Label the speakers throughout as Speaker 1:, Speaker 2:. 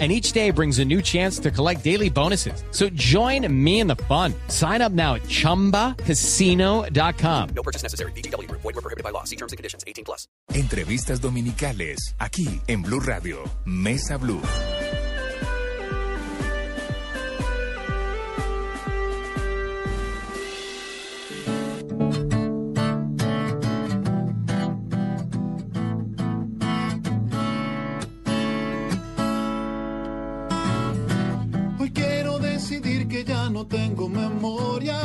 Speaker 1: and each day brings a new chance to collect daily bonuses. So join me in the fun. Sign up now at ChumbaCasino.com.
Speaker 2: No purchase necessary. BGW. Void were prohibited by law. See terms and conditions. 18 plus.
Speaker 3: Entrevistas dominicales, aquí en Blue Radio, Mesa Blue.
Speaker 4: Hoy quiero decidir que ya no tengo memoria.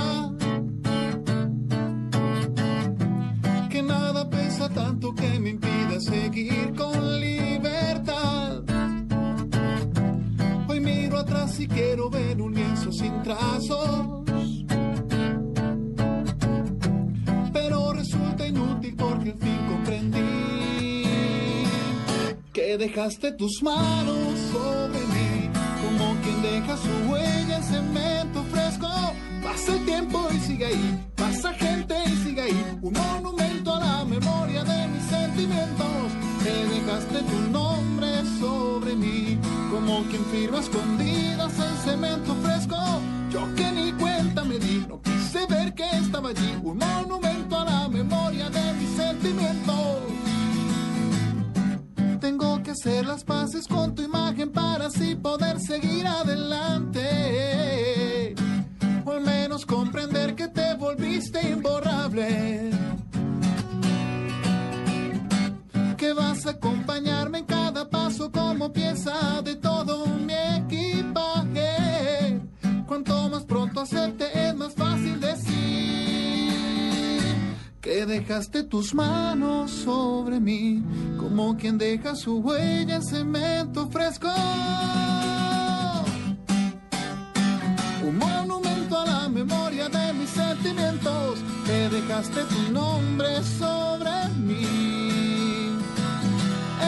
Speaker 4: Que nada pesa tanto que me impida seguir con libertad. Hoy miro atrás y quiero ver un lienzo sin trazos. Pero resulta inútil porque al fin comprendí que dejaste tus manos sobre mí, como quien deja su huella en cemento fresco. Pasa el tiempo y sigue ahí, pasa gente y sigue ahí, un monumento a la memoria de mis sentimientos. Que dejaste tu nombre sobre mí, como quien firma escondidas en cemento fresco. Yo que ni cuenta me di, no quise ver que estaba allí, un monumento a la memoria de mis sentimientos. Tengo que hacer las paces con tu imagen para así poder seguir adelante. O al menos comprender que te volviste imborrable. Que vas a acompañarme en cada paso como pieza de todo mi equipaje. Cuanto más pronto acepte es más fácil decir que dejaste tus manos sobre mí, como quien deja su huella en cemento fresco. Un monumento a la memoria de mis sentimientos, que dejaste tu nombre sobre mí.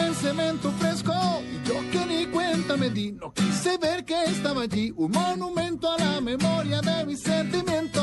Speaker 4: En cemento fresco, y yo que ni cuenta me di, no quise ver que estaba allí. Un monumento a la memoria de mis sentimientos.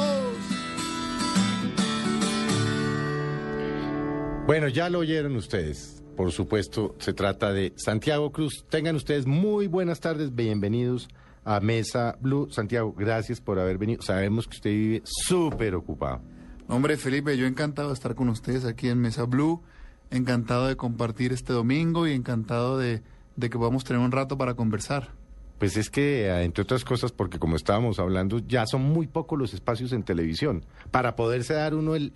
Speaker 5: Bueno, ya lo oyeron ustedes. Por supuesto, se trata de Santiago Cruz. Tengan ustedes muy buenas tardes. Bienvenidos a Mesa Blue. Santiago, gracias por haber venido. Sabemos que usted vive súper ocupado.
Speaker 4: Hombre, Felipe, yo encantado de estar con ustedes aquí en Mesa Blue, encantado de compartir este domingo y encantado de, de que podamos tener un rato para conversar.
Speaker 5: Pues es que, eh, entre otras cosas, porque como estábamos hablando, ya son muy pocos los espacios en televisión para poderse dar uno el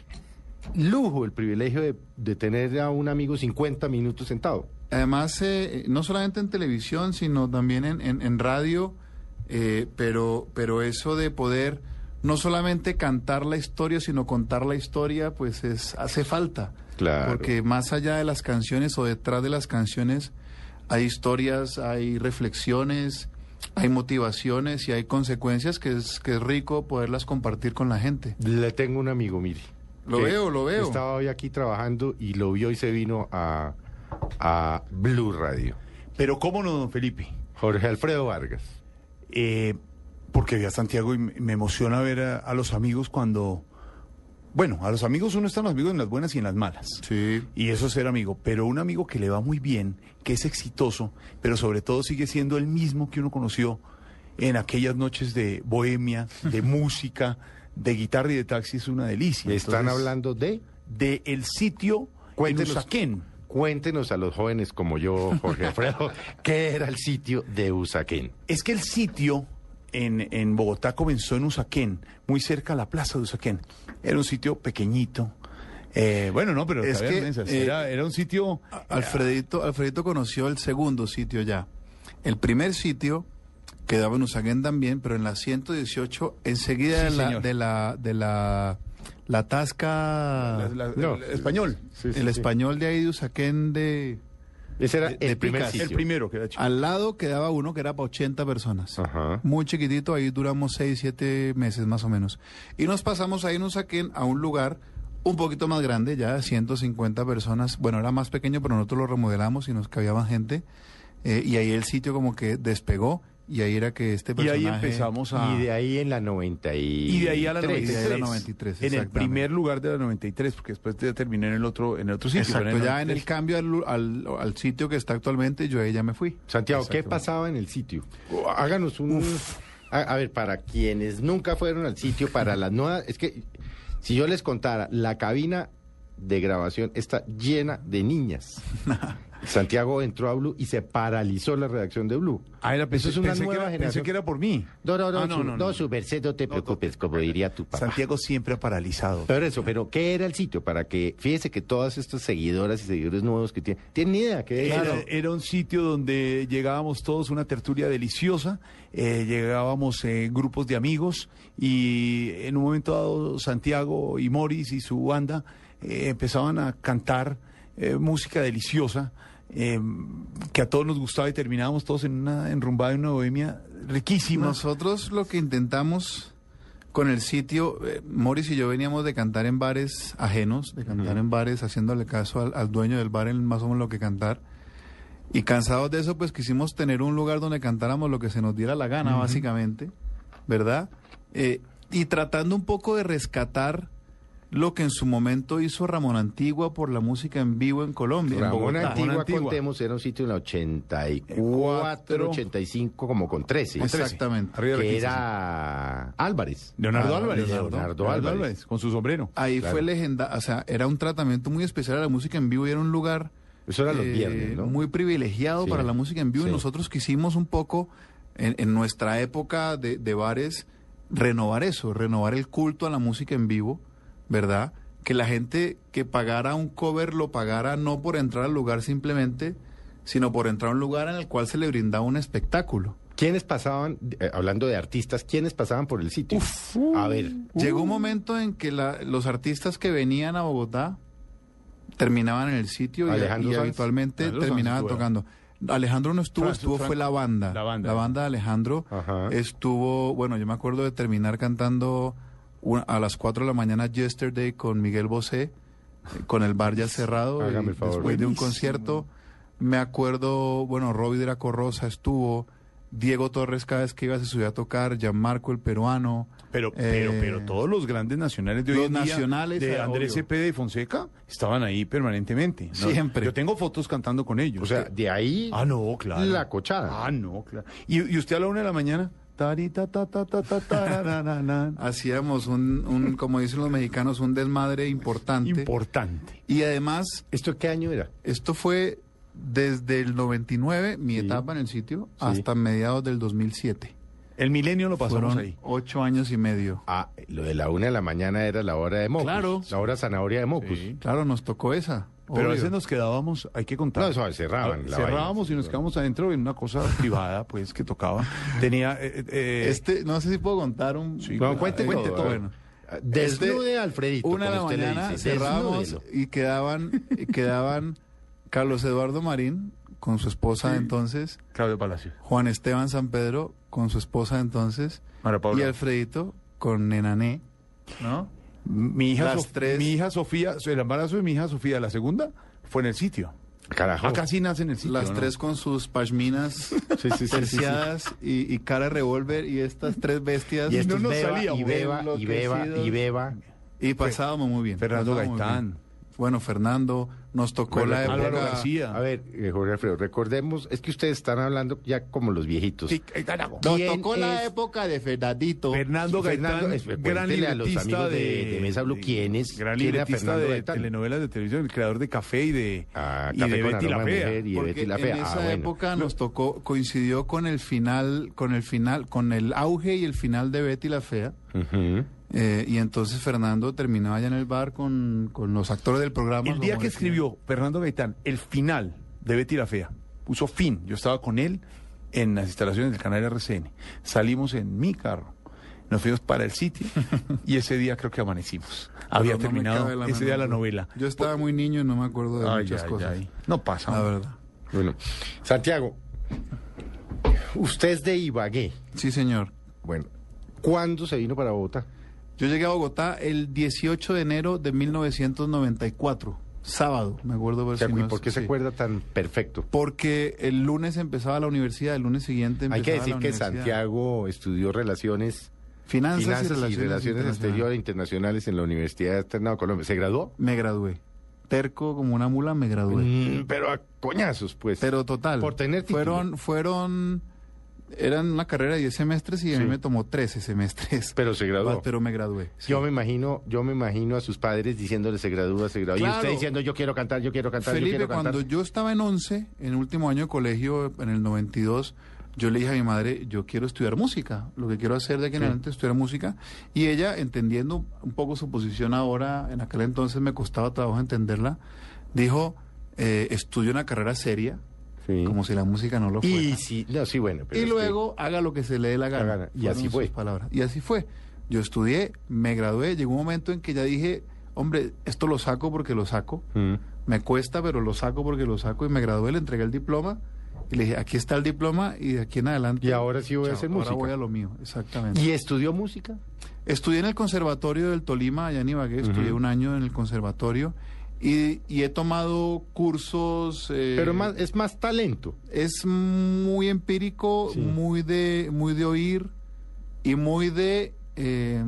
Speaker 5: lujo, el privilegio de, de tener a un amigo 50 minutos sentado.
Speaker 4: Además, eh, no solamente en televisión, sino también en, en- en radio, eh, pero, pero eso de poder no solamente cantar la historia, sino contar la historia, pues es, hace falta.
Speaker 5: Claro.
Speaker 4: Porque más allá de las canciones o detrás de las canciones hay historias, hay reflexiones, hay motivaciones y hay consecuencias que es, que es rico poderlas compartir con la gente.
Speaker 5: Le tengo un amigo, mire.
Speaker 4: Lo
Speaker 5: que
Speaker 4: veo, lo veo.
Speaker 5: Estaba hoy aquí trabajando y lo vio y se vino a, a Blue Radio.
Speaker 6: Pero cómo no, don Felipe.
Speaker 5: Jorge Alfredo Vargas.
Speaker 6: Eh, porque ve a Santiago y me me emociona ver a, a los amigos cuando... Bueno, a los amigos uno está en los amigos en las buenas y en las malas.
Speaker 4: Sí.
Speaker 6: Y eso es ser amigo. Pero un amigo que le va muy bien, que es exitoso, pero sobre todo sigue siendo el mismo que uno conoció en aquellas noches de bohemia, de música, de guitarra y de taxi, es una delicia.
Speaker 5: Están
Speaker 6: Entonces,
Speaker 5: hablando de...
Speaker 6: De el sitio en Usaquén.
Speaker 5: cuéntenos a los jóvenes como yo, Jorge Alfredo, ¿qué era el sitio de Usaquén?
Speaker 6: Es que el sitio en, en Bogotá comenzó en Usaquén, muy cerca a la plaza de Usaquén. Era un sitio pequeñito. Eh, bueno, no, pero
Speaker 4: Es
Speaker 6: todavía
Speaker 4: que,
Speaker 6: piensas,
Speaker 4: eh,
Speaker 6: era, era un sitio...
Speaker 4: Alfredito, Alfredito conoció el segundo sitio ya. El primer sitio quedaba en Usaquén también, pero en la 118, enseguida
Speaker 6: Sí,
Speaker 4: de, la,
Speaker 6: señor.
Speaker 4: de la de la la tasca,
Speaker 6: la- la-
Speaker 5: no.
Speaker 6: el español.
Speaker 5: Sí, sí,
Speaker 4: el
Speaker 5: sí.
Speaker 4: español de ahí de Usaquén de
Speaker 5: Ese era
Speaker 4: de-
Speaker 5: el
Speaker 4: de
Speaker 5: primer
Speaker 4: picas.
Speaker 5: sitio.
Speaker 6: El primero que era chico.
Speaker 4: al lado quedaba uno que era para 80 personas.
Speaker 5: Ajá.
Speaker 4: Muy chiquitito, ahí duramos 6, 7 meses más o menos. Y nos pasamos ahí en Usaquén a un lugar un poquito más grande, ya 150 personas. Bueno, era más pequeño, pero nosotros lo remodelamos y nos cabía más gente. Eh, y ahí el sitio como que despegó y ahí era que este
Speaker 6: Y
Speaker 4: personaje...
Speaker 6: ahí empezamos a...
Speaker 5: Y de ahí en la 90 y...
Speaker 6: Y de ahí a la
Speaker 5: tres.
Speaker 6: 93.
Speaker 4: de ahí a la 93,
Speaker 6: en el
Speaker 4: exactamente.
Speaker 6: primer lugar de la 93, porque después ya terminé en el otro, en el otro sitio.
Speaker 4: Exacto,
Speaker 6: pero
Speaker 4: ya en el
Speaker 6: 93.
Speaker 4: cambio al, lu- al, al sitio que está actualmente, yo ahí ya me fui.
Speaker 5: Santiago, ¿qué
Speaker 6: Exactamente.
Speaker 5: pasaba en el sitio? O, Háganos un... A, a ver, para quienes nunca fueron al sitio, para las nuevas... Es que si yo les contara, la cabina de grabación está llena de niñas. Santiago entró a Blue y se paralizó la redacción de Blue.
Speaker 6: Ah, era, pensé,
Speaker 5: Eso es una
Speaker 6: pensé que
Speaker 5: nueva
Speaker 6: era, pensé
Speaker 5: generación.
Speaker 6: que era por mí.
Speaker 5: No, no, no,
Speaker 6: Ah, no,
Speaker 5: su-
Speaker 6: no,
Speaker 5: no,
Speaker 6: no.
Speaker 5: su merced, no te preocupes, como diría tu papá.
Speaker 6: Santiago siempre ha paralizado.
Speaker 5: Pero eso, pero ¿qué era el sitio? Para que, fíjese que todas estas seguidoras y seguidores nuevos que tienen, tienen ni idea que
Speaker 6: Era, era un sitio donde llegábamos todos, una tertulia deliciosa, eh, llegábamos eh, grupos de amigos y en un momento dado Santiago y Morris y su banda eh, empezaban a cantar eh, música deliciosa eh, que a todos nos gustaba y terminábamos todos en una enrumbada en una bohemia
Speaker 4: Y
Speaker 6: riquísima.
Speaker 4: nosotros lo que intentamos con el sitio, eh, Morris y yo veníamos de cantar en bares ajenos, de cantar en bares, haciéndole caso al, al dueño del bar en más o menos lo que cantar. Y cansados de eso, pues quisimos tener un lugar donde cantáramos lo que se nos diera la gana, básicamente, ¿verdad? Eh, y tratando un poco de rescatar lo que en su momento hizo Ramón Antigua por la música en vivo en Colombia. en
Speaker 5: Ramón
Speaker 4: Bogotá.
Speaker 5: Antigua,
Speaker 6: Antigua.
Speaker 5: contemos, era un sitio en la 84,
Speaker 6: Cuatro.
Speaker 5: 85, como con 13.
Speaker 4: Exactamente.
Speaker 6: Arriba de la
Speaker 5: Que
Speaker 6: 15,
Speaker 5: era Álvarez.
Speaker 6: Leonardo
Speaker 5: Ah,
Speaker 6: Álvarez.
Speaker 5: Leonardo, Álvarez.
Speaker 6: con su sombrero.
Speaker 4: Ahí
Speaker 5: Claro.
Speaker 4: fue leyenda, o sea, era un tratamiento muy especial a la música en vivo y era un lugar
Speaker 5: Eso era
Speaker 6: Eh,
Speaker 5: los viernes, ¿no?
Speaker 4: Eh, muy privilegiado
Speaker 5: Sí,
Speaker 4: para la música en vivo
Speaker 5: sí.
Speaker 4: y nosotros quisimos un poco en, en nuestra época de, de bares renovar eso, renovar el culto a la música en vivo, ¿verdad? Que la gente que pagara un cover lo pagara no por entrar al lugar simplemente, sino por entrar a un lugar en el cual se le brindaba un espectáculo.
Speaker 5: ¿Quiénes pasaban, eh, hablando de artistas, quiénes pasaban por el sitio? a ver,
Speaker 4: Llegó un momento en que la- los artistas que venían a Bogotá terminaban en el sitio y-
Speaker 5: Alejandro
Speaker 4: y,
Speaker 5: Sanz.
Speaker 4: habitualmente
Speaker 6: Alejandro Sanz
Speaker 4: terminaban
Speaker 6: estuvo.
Speaker 4: tocando. Alejandro no estuvo,
Speaker 6: Franz-
Speaker 4: estuvo
Speaker 6: Franz-
Speaker 4: fue la banda.
Speaker 6: la banda.
Speaker 4: de Alejandro
Speaker 5: Ajá.
Speaker 4: estuvo, bueno, yo me acuerdo de terminar cantando una- a las 4 de la mañana Yesterday con Miguel Bosé, eh, con el bar ya cerrado, y
Speaker 5: Hágame el
Speaker 4: después
Speaker 5: favor.
Speaker 4: de un
Speaker 6: Buenísimo.
Speaker 4: concierto. Me acuerdo, bueno, Robbie de la Corrosa estuvo, Diego Torres cada vez que iba se subía a tocar, Gianmarco el peruano.
Speaker 6: Pero, pero,
Speaker 4: eh,
Speaker 6: pero todos los grandes nacionales de hoy
Speaker 4: los
Speaker 6: en día,
Speaker 4: nacionales,
Speaker 6: de
Speaker 4: ah,
Speaker 6: Andrés
Speaker 4: obvio.
Speaker 6: Cepeda y Fonseca, estaban ahí permanentemente. ¿no?
Speaker 4: Siempre.
Speaker 6: Yo tengo fotos cantando con ellos.
Speaker 5: o sea, de ahí
Speaker 6: ah, no, claro.
Speaker 5: la cochada.
Speaker 6: Ah, no, claro. ¿Y, y usted a la una de la mañana? Tari, ta, ta, ta, ta, ta, tararararán.
Speaker 4: Hacíamos un, un, como dicen los mexicanos, un desmadre importante.
Speaker 6: Importante.
Speaker 4: y además,
Speaker 5: ¿Esto qué año era?
Speaker 4: esto fue desde el 99, mi
Speaker 5: Sí.
Speaker 4: etapa en el sitio, hasta mediados del 2007.
Speaker 6: El milenio lo pasamos
Speaker 4: Fueron
Speaker 6: ahí.
Speaker 4: ocho años y medio.
Speaker 5: Ah, lo de la una de la mañana era la hora de Mocus.
Speaker 6: Claro.
Speaker 5: La hora zanahoria de Mocus.
Speaker 6: Sí.
Speaker 4: Claro, nos tocó esa.
Speaker 6: Pero a
Speaker 4: obvio.
Speaker 6: veces nos quedábamos, hay que contar.
Speaker 5: No, eso, cerraban la
Speaker 6: Cerrábamos
Speaker 5: vaina.
Speaker 6: y nos quedamos adentro en una cosa privada, pues, que tocaba. Tenía... eh, eh,
Speaker 4: Este, no sé si puedo contar un...
Speaker 6: Sí,
Speaker 5: No,
Speaker 6: claro.
Speaker 5: cuente,
Speaker 4: Cuente
Speaker 5: todo.
Speaker 4: todo.
Speaker 5: Bueno.
Speaker 4: Este,
Speaker 5: Desnude a Alfredito.
Speaker 4: Una de la
Speaker 5: como usted le
Speaker 4: mañana
Speaker 5: dice,
Speaker 4: cerrábamos
Speaker 5: desnúdelo.
Speaker 4: y quedaban, y quedaban Carlos Eduardo Marín con su esposa de entonces,
Speaker 6: Claudio Palacio.
Speaker 4: Juan Esteban San Pedro con su esposa de entonces
Speaker 6: Mara Paula.
Speaker 4: y Alfredito con Nenané, ¿no?
Speaker 6: Mi hija,
Speaker 4: Las
Speaker 6: Sof-
Speaker 4: tres.
Speaker 6: mi hija Sofía, el embarazo de mi hija Sofía, la segunda, fue en el sitio.
Speaker 5: Carajo.
Speaker 6: Acá sí Ah, nace en el sitio.
Speaker 4: Las
Speaker 6: ¿no?
Speaker 4: tres con sus pashminas terciadas Y, y cara de revólver y estas tres bestias
Speaker 5: Y esto
Speaker 6: no
Speaker 5: es
Speaker 6: nos
Speaker 5: beba,
Speaker 6: salíamos,
Speaker 5: y beba, y beba, y beba.
Speaker 4: Y pasábamos muy bien.
Speaker 6: Fernando
Speaker 4: pasábamos muy
Speaker 6: Gaitán.
Speaker 4: bien. Bueno, Fernando, nos tocó
Speaker 5: Bueno,
Speaker 4: la
Speaker 6: Álvaro
Speaker 4: época...
Speaker 6: García.
Speaker 5: A ver, eh, Jorge Alfredo, recordemos, es que ustedes están hablando ya como los viejitos.
Speaker 6: Sí, ahí está, Nago.
Speaker 4: Nos
Speaker 5: ¿Quién
Speaker 4: tocó la
Speaker 5: es-
Speaker 4: época de Fernandito.
Speaker 6: Fernando Gaitán,
Speaker 5: Fernando, es-
Speaker 6: gran
Speaker 5: cuéntele a los
Speaker 6: libretista
Speaker 5: amigos
Speaker 6: de,
Speaker 5: de- de Mesa Blue, ¿quién es-
Speaker 6: Gran
Speaker 5: quién era
Speaker 6: libretista
Speaker 5: Fernando
Speaker 6: de
Speaker 5: Gaitán?
Speaker 6: telenovelas de televisión, el creador de Café y de,
Speaker 5: Ah,
Speaker 6: y
Speaker 5: Café
Speaker 6: de
Speaker 5: con
Speaker 6: Betty
Speaker 5: aroma
Speaker 6: la
Speaker 5: de
Speaker 6: Fea.
Speaker 5: mujer y- de
Speaker 4: Porque
Speaker 5: Betty la Fea.
Speaker 4: en
Speaker 5: Ah,
Speaker 4: esa
Speaker 5: bueno.
Speaker 4: época nos tocó, coincidió con el final, con el final, con el auge y el final de Betty la Fea.
Speaker 5: Ujú.
Speaker 4: Eh, y entonces Fernando terminaba ya en el bar con, con los actores del programa.
Speaker 6: El día
Speaker 4: como decían.
Speaker 6: que escribió Fernando Gaitán el final de Betty la Fea, puso fin. Yo estaba con él en las instalaciones del canal RCN. Salimos en mi carro. Nos fuimos para el sitio y ese día creo que amanecimos. Había
Speaker 4: No me cabe
Speaker 6: terminado
Speaker 4: la
Speaker 6: ese
Speaker 4: menor
Speaker 6: día la
Speaker 4: duda.
Speaker 6: novela.
Speaker 4: Yo estaba muy niño y no me acuerdo de
Speaker 6: Ay,
Speaker 4: muchas
Speaker 6: ay,
Speaker 4: cosas.
Speaker 6: ay. No pasa.
Speaker 4: La
Speaker 6: hombre.
Speaker 4: verdad.
Speaker 5: Bueno, Santiago, usted es de Ibagué.
Speaker 4: Sí, señor.
Speaker 5: Bueno, ¿cuándo se vino para Bogotá?
Speaker 4: Yo llegué a Bogotá el 18 de enero de 1994, sábado, me acuerdo.
Speaker 5: O sea,
Speaker 4: si
Speaker 5: ¿y
Speaker 4: no
Speaker 5: ¿Por
Speaker 4: es-
Speaker 5: qué se
Speaker 4: sí.
Speaker 5: acuerda tan perfecto?
Speaker 4: Porque el lunes empezaba la universidad, el lunes siguiente empezaba
Speaker 5: Hay que decir
Speaker 4: la
Speaker 5: que
Speaker 4: universidad.
Speaker 5: Santiago estudió relaciones,
Speaker 4: Finanzas,
Speaker 5: finanzas
Speaker 4: y relaciones, internacionales.
Speaker 5: exteriores e internacionales en la Universidad Externa de Colombia. ¿Se graduó?
Speaker 4: Me gradué. Terco como una mula, me gradué.
Speaker 5: Mm, pero a coñazos, pues.
Speaker 4: Pero total.
Speaker 5: Por tener título.
Speaker 4: Fueron, fueron, eran una carrera de 10 semestres y a mí
Speaker 5: Sí.
Speaker 4: me tomó 13 semestres.
Speaker 5: Pero se graduó.
Speaker 4: Pero me gradué. sí.
Speaker 5: Yo me imagino, yo me imagino a sus padres diciéndole se gradúa, se gradúa. Y
Speaker 4: Claro.
Speaker 5: usted diciendo yo quiero cantar, yo quiero cantar, yo
Speaker 4: Felipe,
Speaker 5: quiero cantar.
Speaker 4: cuando yo estaba en 11, en último año de colegio, en el 92, yo le dije a mi madre, yo quiero estudiar música, lo que quiero hacer de aquí en adelante es estudiar música, y ella, entendiendo un poco su posición ahora, en aquel entonces me costaba trabajo entenderla, dijo, eh, estudia una carrera seria,
Speaker 5: Sí.
Speaker 4: como si la música no lo fuera.
Speaker 5: Y sí, no, sí, bueno. pero
Speaker 4: y
Speaker 5: es que-
Speaker 4: luego haga lo que se le dé la gana.
Speaker 5: La gana. Y
Speaker 4: Fueron
Speaker 5: así fue.
Speaker 4: sus palabras. Y así fue. Yo estudié, me gradué, llegó un momento en que ya dije, hombre, esto lo saco porque lo saco.
Speaker 5: Mm.
Speaker 4: Me cuesta, pero lo saco porque lo saco. Y me gradué, le entregué el diploma. Y le dije, aquí está el diploma y de aquí en adelante.
Speaker 5: Y ahora sí voy a
Speaker 4: chao,
Speaker 5: hacer música.
Speaker 4: Ahora voy a lo mío, exactamente.
Speaker 5: ¿Y estudió música?
Speaker 4: Estudié en el Conservatorio del Tolima, allá en Ibagué, estudié un año en el Conservatorio. Y, y he tomado cursos... eh,
Speaker 5: Pero más, es más talento.
Speaker 4: es muy empírico,
Speaker 5: Sí.
Speaker 4: muy de muy de oír y muy de eh,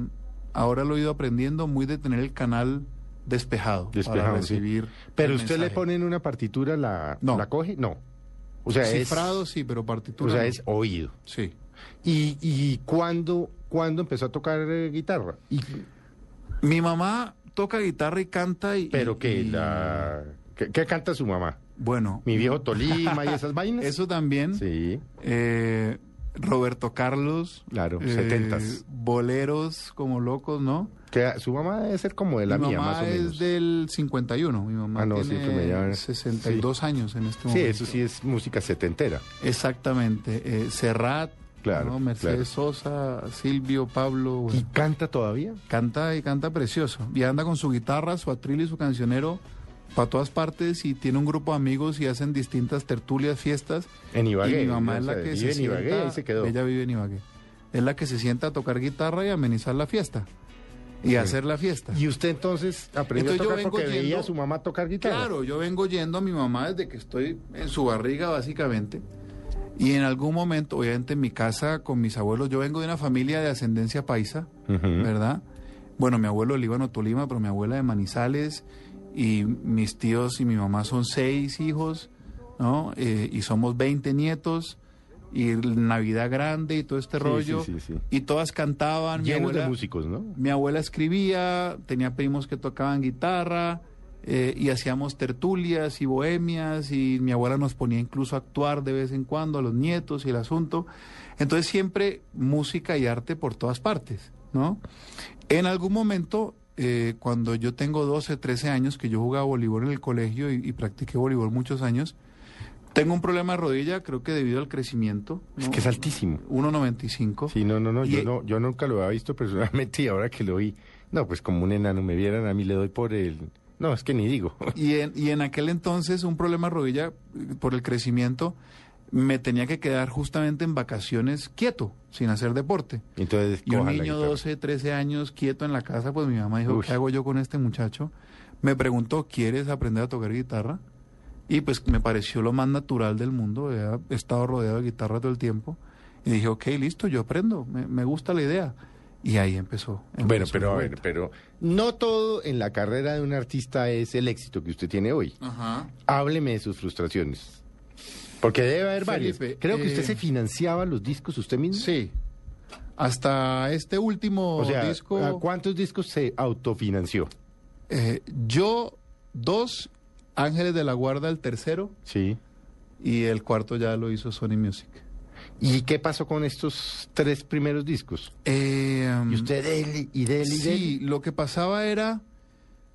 Speaker 4: ahora lo he ido aprendiendo, muy de tener el canal despejado,
Speaker 5: Despejado,
Speaker 4: para
Speaker 5: sí.
Speaker 4: recibir.
Speaker 5: Pero
Speaker 4: el
Speaker 5: usted le
Speaker 4: mensaje.
Speaker 5: pone en una partitura, la,
Speaker 4: No.
Speaker 5: la coge, no. O sea, es,
Speaker 4: cifrado sí, pero
Speaker 5: o
Speaker 4: partitura.
Speaker 5: sea,
Speaker 4: no.
Speaker 5: es oído.
Speaker 4: sí.
Speaker 5: ¿Y, y cuándo, cuándo empezó a tocar eh, guitarra? Y-
Speaker 4: Mi mamá toca guitarra y canta y
Speaker 5: pero que
Speaker 4: y-
Speaker 5: la... ¿Qué, qué canta su mamá?
Speaker 4: bueno,
Speaker 5: Mi viejo Tolima y esas vainas.
Speaker 4: eso también.
Speaker 5: Sí.
Speaker 4: Eh, Roberto Carlos,
Speaker 5: Claro,
Speaker 4: eh,
Speaker 5: setentas.
Speaker 4: boleros como locos, ¿no?
Speaker 5: Que su mamá debe ser como de la
Speaker 4: mi
Speaker 5: mía,
Speaker 4: mamá
Speaker 5: más o
Speaker 4: es
Speaker 5: menos.
Speaker 4: del 51, mi mamá
Speaker 5: Ah, no,
Speaker 4: tiene
Speaker 5: siempre me llaman-
Speaker 4: 62 años en este
Speaker 5: Sí,
Speaker 4: momento.
Speaker 5: eso sí es música setentera.
Speaker 4: Exactamente, eh, Serrat,
Speaker 5: Claro,
Speaker 4: ¿no? Mercedes Sosa, Silvio, Pablo, bueno,
Speaker 5: ¿Y canta todavía?
Speaker 4: canta y canta precioso. Y anda con su guitarra, su atril y su cancionero para todas partes y tiene un grupo de amigos y hacen distintas tertulias, fiestas.
Speaker 5: En Ibagué.
Speaker 4: Y mi mamá
Speaker 5: o
Speaker 4: es la
Speaker 5: sea,
Speaker 4: que
Speaker 5: vive
Speaker 4: se
Speaker 5: en Ibagué,
Speaker 4: sienta-
Speaker 5: ahí se quedó.
Speaker 4: Ella vive en Ibagué. Es la que se sienta a tocar guitarra y amenizar la fiesta. Y hacer la fiesta.
Speaker 5: Y usted entonces aprendió
Speaker 4: Entonces yo
Speaker 5: a tocar
Speaker 4: vengo
Speaker 5: porque veía
Speaker 4: yendo-
Speaker 5: a su mamá tocar guitarra.
Speaker 4: Claro, yo vengo yendo a mi mamá desde que estoy en su barriga, básicamente. Y en algún momento, obviamente en mi casa con mis abuelos, yo vengo de una familia de ascendencia paisa, ¿verdad? Bueno, mi abuelo de Líbano Tolima, pero mi abuela de Manizales, y mis tíos y mi mamá son seis hijos, ¿no? Eh, y somos 20 nietos, y Navidad Grande y todo este
Speaker 5: Sí,
Speaker 4: rollo.
Speaker 5: sí, sí, sí.
Speaker 4: Y todas cantaban. mi
Speaker 5: Llenos de
Speaker 4: abuela-
Speaker 5: músicos, ¿no?
Speaker 4: mi abuela escribía, tenía primos que tocaban guitarra eh, y hacíamos tertulias y bohemias y mi abuela nos ponía incluso a actuar de vez en cuando a los nietos y el asunto. Entonces siempre música y arte por todas partes, ¿no? En algún momento, eh, cuando yo tengo 12, 13 años, que yo jugaba voleibol en el colegio y, y practiqué voleibol muchos años, tengo un problema de rodilla, creo que debido al crecimiento.
Speaker 5: Es que es altísimo.
Speaker 4: 1.95.
Speaker 5: Sí, no, no, no, yo
Speaker 4: Y- e
Speaker 5: no, yo nunca lo había visto personalmente y ahora que lo vi, no, pues como un enano me vieran a mí le doy por el, no, es que ni digo.
Speaker 4: Y en, y en aquel entonces un problema de rodilla eh, por el crecimiento me tenía que quedar justamente en vacaciones quieto, sin hacer deporte.
Speaker 5: Entonces,
Speaker 4: Y un
Speaker 5: cojan la
Speaker 4: niño
Speaker 5: guitarra.
Speaker 4: 12, 13 años quieto en la casa, pues mi mamá dijo,
Speaker 5: Uy.
Speaker 4: ¿qué hago yo con este muchacho? Me preguntó, ¿quieres aprender a tocar guitarra? Y pues me pareció lo más natural del mundo, he estado rodeado de guitarra todo el tiempo. Y dije, ok, listo, yo aprendo, me, me gusta la idea. Y ahí empezó.
Speaker 5: Bueno,
Speaker 4: empezó
Speaker 5: pero
Speaker 4: la
Speaker 5: a ver,
Speaker 4: vuelta.
Speaker 5: pero no todo en la carrera de un artista es el éxito que usted tiene hoy.
Speaker 4: Ajá.
Speaker 5: Hábleme de sus frustraciones. Porque debe haber varias.
Speaker 4: Felipe,
Speaker 5: Creo que usted
Speaker 4: eh,
Speaker 5: se financiaba los discos usted mismo.
Speaker 4: Sí. Hasta este último
Speaker 5: O sea,
Speaker 4: disco.
Speaker 5: ¿a ¿cuántos discos se autofinanció?
Speaker 4: eh, yo, dos, Ángeles de la Guarda, el tercero,
Speaker 5: Sí.
Speaker 4: y el cuarto ya lo hizo Sony Music.
Speaker 5: ¿Y qué pasó con estos tres primeros discos?
Speaker 4: Eh,
Speaker 5: Y usted dele, y dele, y dele.
Speaker 4: Sí, lo que pasaba era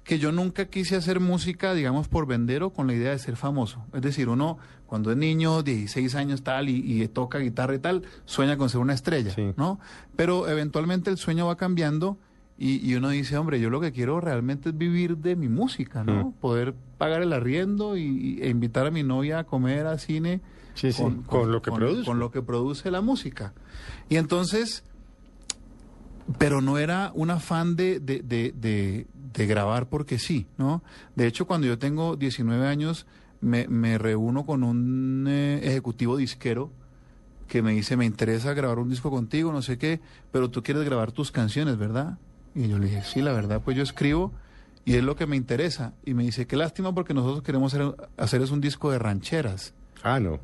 Speaker 4: que yo nunca quise hacer música, digamos, por vender o con la idea de ser famoso. Es decir, uno cuando es niño, 16 años tal, y, y toca guitarra y tal, sueña con ser una estrella,
Speaker 5: Sí.
Speaker 4: ¿no? Pero eventualmente el sueño va cambiando y, y uno dice, hombre, yo lo que quiero realmente es vivir de mi música, ¿no? Poder pagar el arriendo y, y- e invitar a mi novia a comer, a cine.
Speaker 5: Sí, sí, con lo que produce.
Speaker 4: Con lo que produce la música. Y entonces pero no era un afán de, de, de, de- de grabar porque sí, ¿no? De hecho, cuando yo tengo 19 años, me, me reúno con un eh, ejecutivo disquero que me dice, me interesa grabar un disco contigo, no sé qué, pero tú quieres grabar tus canciones, ¿verdad? Y yo le dije, sí, la verdad, pues yo escribo y es lo que me interesa. Y me dice, qué lástima porque nosotros queremos hacer, hacer es un disco de rancheras.
Speaker 5: Ah, no.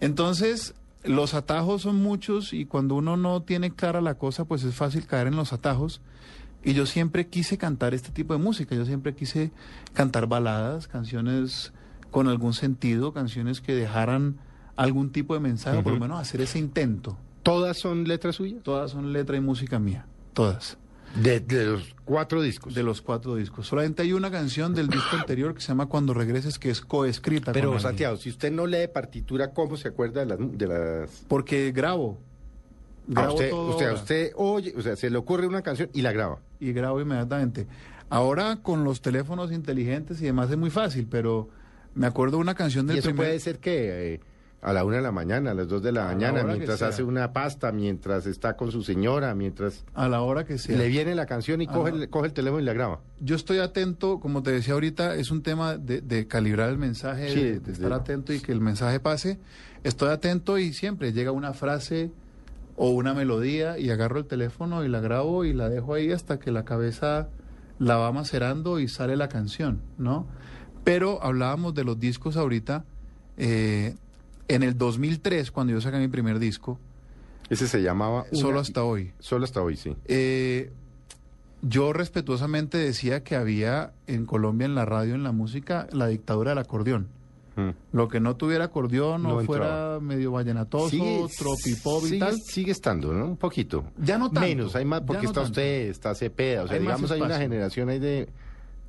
Speaker 4: Entonces, los atajos son muchos y cuando uno no tiene clara la cosa, pues es fácil caer en los atajos. Y yo siempre quise cantar este tipo de música, yo siempre quise cantar baladas, canciones con algún sentido, canciones que dejaran algún tipo de mensaje, o por lo menos hacer ese intento.
Speaker 5: ¿Todas son letras suyas?
Speaker 4: Todas son letra y música mía, todas,
Speaker 5: De, de los cuatro discos.
Speaker 4: de los cuatro discos. Solamente hay una canción del disco anterior que se llama Cuando regreses, que es coescrita. con
Speaker 5: Pero,
Speaker 4: alguien.
Speaker 5: Santiago, si usted no lee partitura, ¿cómo se acuerda de las... De las...
Speaker 4: Porque grabo.
Speaker 5: Ah,
Speaker 4: grabo
Speaker 5: usted,
Speaker 4: todo
Speaker 5: usted, a
Speaker 4: ahora.
Speaker 5: usted oye, o sea, se le ocurre una canción y la graba.
Speaker 4: y grabo inmediatamente. Ahora con los teléfonos inteligentes y demás es muy fácil, pero me acuerdo una canción
Speaker 5: Y
Speaker 4: del
Speaker 5: eso
Speaker 4: primer
Speaker 5: puede ser que eh, a la una de la mañana, a las dos de la
Speaker 4: A la
Speaker 5: mañana,
Speaker 4: hora que
Speaker 5: mientras
Speaker 4: sea.
Speaker 5: hace una pasta, mientras está con su señora, mientras
Speaker 4: a la hora que sea.
Speaker 5: le viene la canción y
Speaker 4: Ah,
Speaker 5: coge,
Speaker 4: no.
Speaker 5: el, coge el teléfono y la graba.
Speaker 4: Yo estoy atento, como te decía ahorita, es un tema de, de calibrar el mensaje,
Speaker 5: Sí,
Speaker 4: de- de,
Speaker 5: desde
Speaker 4: estar
Speaker 5: luego.
Speaker 4: atento y que el mensaje pase. Estoy atento y siempre llega una frase o una melodía y agarro el teléfono y la grabo y la dejo ahí hasta que la cabeza la va macerando y sale la canción, ¿no? Pero hablábamos de los discos ahorita. eh, en el 2003, cuando yo saqué mi primer disco,
Speaker 5: Ese se llamaba... una-
Speaker 4: solo hasta hoy.
Speaker 5: Solo hasta hoy, sí.
Speaker 4: Eh, yo respetuosamente decía que había en Colombia, en la radio, en la música, la dictadura del acordeón.
Speaker 5: Mm.
Speaker 4: Lo que no tuviera acordeón o
Speaker 5: No
Speaker 4: fuera medio vallenatoso,
Speaker 5: Sigue-
Speaker 4: tropipop y
Speaker 5: sigue,
Speaker 4: tal.
Speaker 5: sigue estando, ¿no? Un poquito.
Speaker 4: Ya no tanto.
Speaker 5: Menos, hay más,
Speaker 4: ya
Speaker 5: porque
Speaker 4: no
Speaker 5: está
Speaker 4: tanto.
Speaker 5: usted, está Cepeda, o sea,
Speaker 4: Hay más
Speaker 5: digamos hay una
Speaker 4: espacio.
Speaker 5: generación ahí de,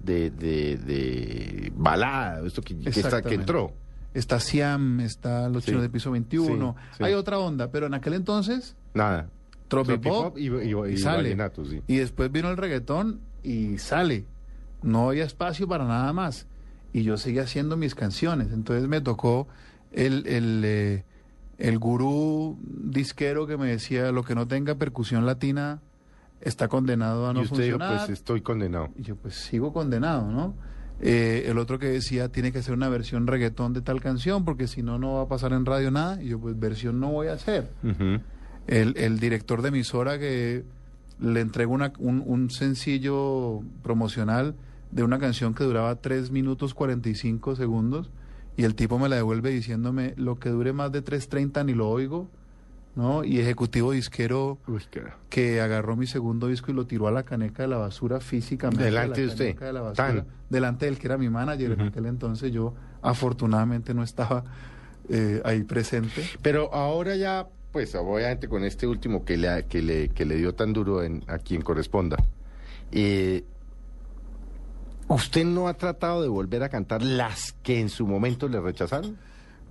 Speaker 5: de, de, de balada, esto que, que está, que
Speaker 4: Exactamente.
Speaker 5: entró.
Speaker 4: Está Siam, está Los
Speaker 5: Sí,
Speaker 4: Chinos de Piso 21.
Speaker 5: sí, sí.
Speaker 4: Hay otra onda, pero en aquel entonces,
Speaker 5: Nada.
Speaker 4: tropipop
Speaker 5: Tropipop y, y- y vallenato, sí.
Speaker 4: Y después vino el reggaetón y sale. No había espacio para nada más. Y yo seguía haciendo mis canciones. Entonces me tocó el, el, eh, el gurú disquero que me decía, lo que no tenga percusión latina está condenado a no
Speaker 5: y usted dijo,
Speaker 4: funcionar.
Speaker 5: pues estoy condenado.
Speaker 4: Y yo pues sigo condenado, ¿no? Eh, el otro que decía, tiene que hacer una versión reggaetón de tal canción, porque si no, no va a pasar en radio nada. Y yo pues versión no voy a hacer
Speaker 5: Ujú.
Speaker 4: el, el director de emisora que le entregó una- un, un sencillo promocional de una canción que duraba 3 minutos 45 segundos y el tipo me la devuelve diciéndome lo que dure más de 3.30 ni lo oigo, ¿no? Y ejecutivo disquero
Speaker 5: Uy, cara.
Speaker 4: que agarró mi segundo disco y lo tiró a la caneca de la basura físicamente.
Speaker 5: Delante
Speaker 4: a la
Speaker 5: de usted.
Speaker 4: caneca la basura,
Speaker 5: Tan.
Speaker 4: Delante del que era mi manager en aquel entonces. Yo afortunadamente no estaba eh, ahí presente.
Speaker 5: Pero ahora ya, pues obviamente con este último que le, que le, que le dio tan duro en, a quien corresponda, eh, ¿usted no ha tratado de volver a cantar las que en su momento le rechazaron?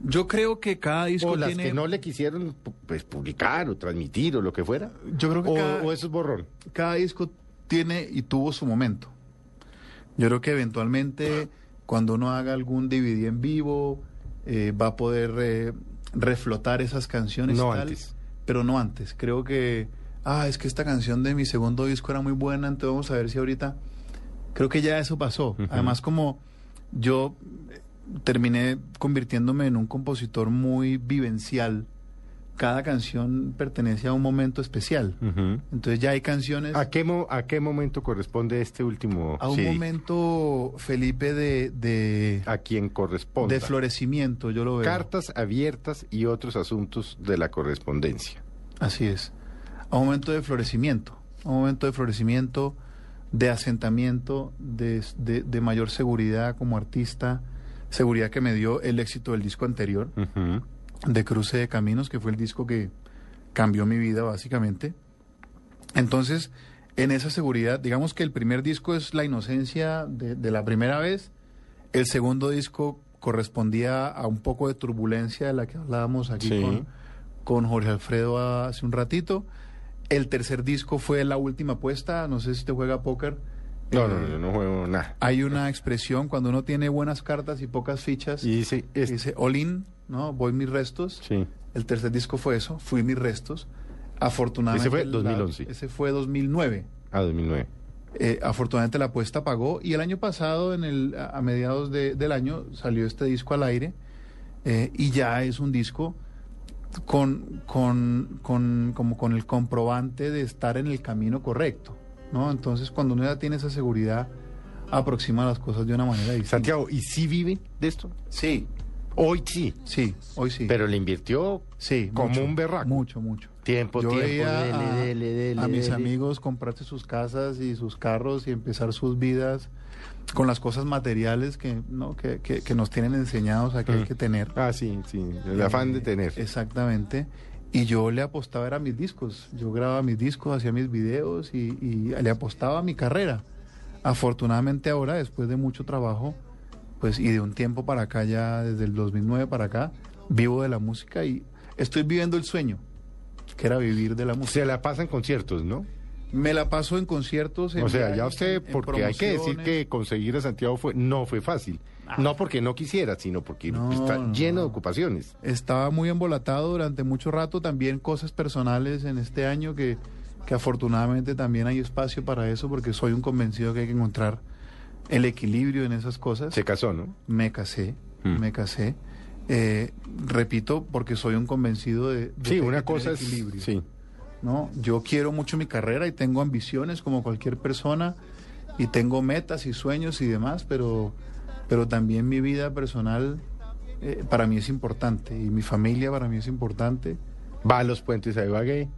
Speaker 4: Yo creo que cada disco
Speaker 5: O las
Speaker 4: tiene...
Speaker 5: que no le quisieron pu- pues, publicar o transmitir o lo que fuera.
Speaker 4: Yo creo que
Speaker 5: O,
Speaker 4: cada,
Speaker 5: o eso es borrón.
Speaker 4: cada disco tiene y tuvo su momento. Yo creo que eventualmente cuando uno haga algún DVD en vivo eh, va a poder eh, reflotar esas canciones. y
Speaker 5: No
Speaker 4: tal,
Speaker 5: antes.
Speaker 4: Pero no antes. Creo que, ah, es que esta canción de mi segundo disco era muy buena, entonces vamos a ver si ahorita... Creo que ya eso pasó. Además como yo eh, terminé convirtiéndome en un compositor muy vivencial. Cada canción pertenece a un momento especial. Entonces ya hay canciones
Speaker 5: ¿A, qué mo- ¿A qué momento corresponde este último?
Speaker 4: a un
Speaker 5: CD?
Speaker 4: momento, Felipe, de, de,
Speaker 5: A quien corresponde.
Speaker 4: de florecimiento, yo lo veo.
Speaker 5: Cartas abiertas y otros asuntos de la correspondencia.
Speaker 4: Así es. A un momento de florecimiento, a un momento de florecimiento, de asentamiento, de, de- de mayor seguridad como artista, seguridad que me dio el éxito del disco anterior, de Cruce de Caminos, que fue el disco que cambió mi vida básicamente. Entonces, en esa seguridad, digamos que el primer disco es la inocencia de, de la primera vez, el segundo disco correspondía a un poco de turbulencia de la que hablábamos aquí
Speaker 5: Sí.
Speaker 4: con, con Jorge Alfredo hace un ratito. El tercer disco fue la última apuesta, no sé si te juega póker. Eh,
Speaker 5: No, no, yo no juego nada.
Speaker 4: Hay una expresión cuando uno tiene buenas cartas y pocas fichas,
Speaker 5: Y dice,
Speaker 4: que
Speaker 5: es-
Speaker 4: dice all in, ¿no? Voy mis restos.
Speaker 5: sí.
Speaker 4: El tercer disco fue eso, Fui mis restos. Afortunadamente.
Speaker 5: Ese fue
Speaker 4: la-
Speaker 5: 2011.
Speaker 4: ese fue 2009.
Speaker 5: a 2009.
Speaker 4: Eh, afortunadamente la apuesta pagó y el año pasado, en el, a a mediados de- del año, salió este disco al aire eh, y ya es un disco con, con, con- como con el comprobante de estar en el camino correcto. ¿no? Entonces, cuando uno ya tiene esa seguridad, aproxima las cosas de una manera distinta.
Speaker 5: Santiago, ¿y sí vive de esto?
Speaker 4: Sí,
Speaker 5: Hoy sí,
Speaker 4: sí, hoy sí.
Speaker 5: pero le invirtió
Speaker 4: sí,
Speaker 5: como
Speaker 4: mucho,
Speaker 5: un berraco.
Speaker 4: Mucho, mucho.
Speaker 5: Tiempo,
Speaker 4: Yo
Speaker 5: tiempo,
Speaker 4: veía
Speaker 5: dele,
Speaker 4: a,
Speaker 5: dele, dele,
Speaker 4: a mis
Speaker 5: dele.
Speaker 4: amigos comprarse sus casas y sus carros y empezar sus vidas con las cosas materiales que, ¿no? que, que- que nos tienen enseñados a que hay que tener.
Speaker 5: Ah, sí, sí, el afán
Speaker 4: Eh,
Speaker 5: de tener.
Speaker 4: Exactamente. Y yo le apostaba era a mis discos. Yo grababa mis discos, hacía mis videos y, y le apostaba a mi carrera. Afortunadamente ahora, después de mucho trabajo, pues y de un tiempo para acá, ya desde el 2009 para acá, vivo de la música y estoy viviendo el sueño, que era vivir de la música.
Speaker 5: Se la pasa en conciertos, ¿no?
Speaker 4: Me la paso en conciertos. en
Speaker 5: O sea, ya
Speaker 4: viajes,
Speaker 5: usted,
Speaker 4: en- en
Speaker 5: porque hay que decir
Speaker 4: promociones. Ah.
Speaker 5: que conseguir a Santiago fue, no fue fácil. No porque no quisiera, sino porque
Speaker 4: No,
Speaker 5: está
Speaker 4: no,
Speaker 5: lleno de
Speaker 4: no.
Speaker 5: ocupaciones.
Speaker 4: Estaba muy embolatado durante mucho rato, también cosas personales en este año que, que afortunadamente también hay espacio para eso porque soy un convencido que hay que encontrar el equilibrio en esas cosas.
Speaker 5: Se casó, ¿no?
Speaker 4: Me casé,
Speaker 5: Mm.
Speaker 4: me casé. Eh, repito, porque soy un convencido de... de
Speaker 5: Sí,
Speaker 4: que hay
Speaker 5: una
Speaker 4: que tener
Speaker 5: cosa es...
Speaker 4: equilibrio.
Speaker 5: Sí.
Speaker 4: ¿no? Yo quiero mucho mi carrera y tengo ambiciones como cualquier persona y tengo metas y sueños y demás, pero, pero también mi vida personal eh, para mí es importante y mi familia para mí es importante.
Speaker 5: Va a los puentes a Ibagué.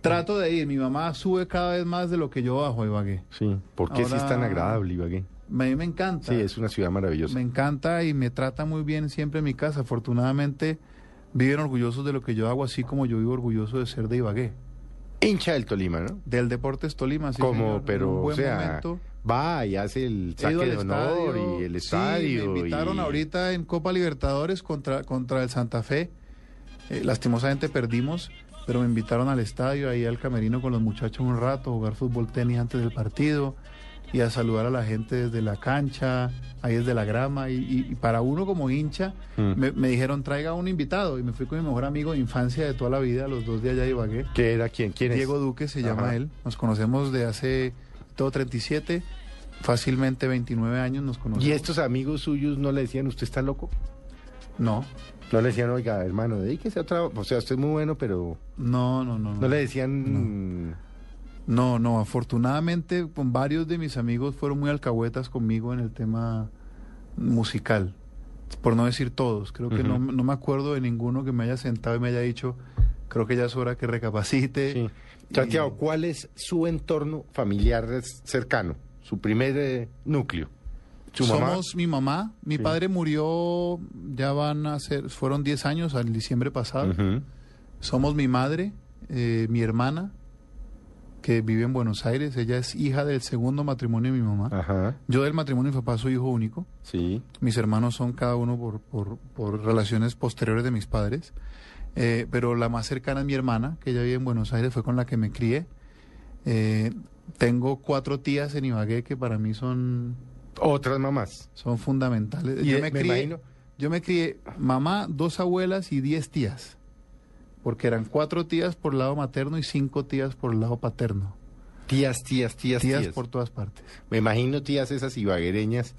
Speaker 4: Trato de ir, mi mamá sube cada vez más de lo que yo bajo a Ibagué.
Speaker 5: Sí. ¿Por qué sí es tan
Speaker 4: Ahora-
Speaker 5: agradable Ibagué?
Speaker 4: A mí me encanta.
Speaker 5: Sí, es una ciudad maravillosa.
Speaker 4: Me encanta y me trata muy bien siempre en mi casa. Afortunadamente viven orgullosos de lo que yo hago, así como yo vivo orgulloso de ser de Ibagué.
Speaker 5: Hincha del Tolima, ¿no?
Speaker 4: Del Deportes Tolima, sí,
Speaker 5: Como,
Speaker 4: señor, en un
Speaker 5: pero, o
Speaker 4: buen
Speaker 5: sea,
Speaker 4: momento.
Speaker 5: va y hace el
Speaker 4: He
Speaker 5: saque
Speaker 4: ido al
Speaker 5: de honor
Speaker 4: estadio,
Speaker 5: y el
Speaker 4: sí,
Speaker 5: estadio.
Speaker 4: me invitaron
Speaker 5: y-
Speaker 4: ahorita en Copa Libertadores contra, contra el Santa Fe. Eh, lastimosamente perdimos, pero me invitaron al estadio, ahí al camerino con los muchachos un rato, a jugar fútbol tenis antes del partido y a saludar a la gente desde la cancha, ahí desde la grama. Y, y- y para uno como hincha,
Speaker 5: Mm.
Speaker 4: me, me dijeron traiga un invitado. Y me fui con mi mejor amigo de infancia de toda la vida, los dos de allá de Ibagué.
Speaker 5: ¿Qué era quién? ¿Quién es?
Speaker 4: Diego Duque se llama
Speaker 5: Ajá.
Speaker 4: él. Nos conocemos de hace todo 37, fácilmente 29 años nos conocemos.
Speaker 5: ¿Y estos amigos suyos no le decían, usted está loco?
Speaker 4: No,
Speaker 5: No le decían, oiga, hermano, dedíquese a otra... O sea, usted es muy bueno, pero...
Speaker 4: no, no, no.
Speaker 5: No le decían...
Speaker 4: No, no, afortunadamente con varios de mis amigos fueron muy alcahuetas conmigo en el tema musical, por no decir todos. Creo que no, no me acuerdo de ninguno que me haya sentado y me haya dicho, creo que ya es hora que recapacite.
Speaker 5: Sí. Santiago, ¿cuál es su entorno familiar res- cercano? Su primer eh, núcleo. Su
Speaker 4: Somos
Speaker 5: mamá.
Speaker 4: mi mamá. Mi
Speaker 5: Sí.
Speaker 4: padre murió, ya van a ser, fueron 10 años, al diciembre pasado.
Speaker 5: Ujú.
Speaker 4: Somos mi madre, eh, mi hermana, que vive en Buenos Aires. Ella es hija del segundo matrimonio de mi mamá.
Speaker 5: Ajá.
Speaker 4: Yo del matrimonio de mi papá soy hijo único.
Speaker 5: Sí.
Speaker 4: Mis hermanos son cada uno por, por- por relaciones posteriores de mis padres. Eh, pero la más cercana es mi hermana, que ella vive en Buenos Aires, fue con la que me crié. Eh, tengo cuatro tías en Ibagué que para mí son,
Speaker 5: Otras mamás.
Speaker 4: son fundamentales.
Speaker 5: Y,
Speaker 4: yo,
Speaker 5: eh,
Speaker 4: me
Speaker 5: me
Speaker 4: crié,
Speaker 5: imagino-
Speaker 4: yo me crié mamá, dos abuelas y diez tías. Porque eran cuatro tías por lado materno y cinco tías por lado paterno.
Speaker 5: Tías, tías, tías,
Speaker 4: Tías,
Speaker 5: tías.
Speaker 4: por todas partes.
Speaker 5: Me imagino tías esas ibaguereñas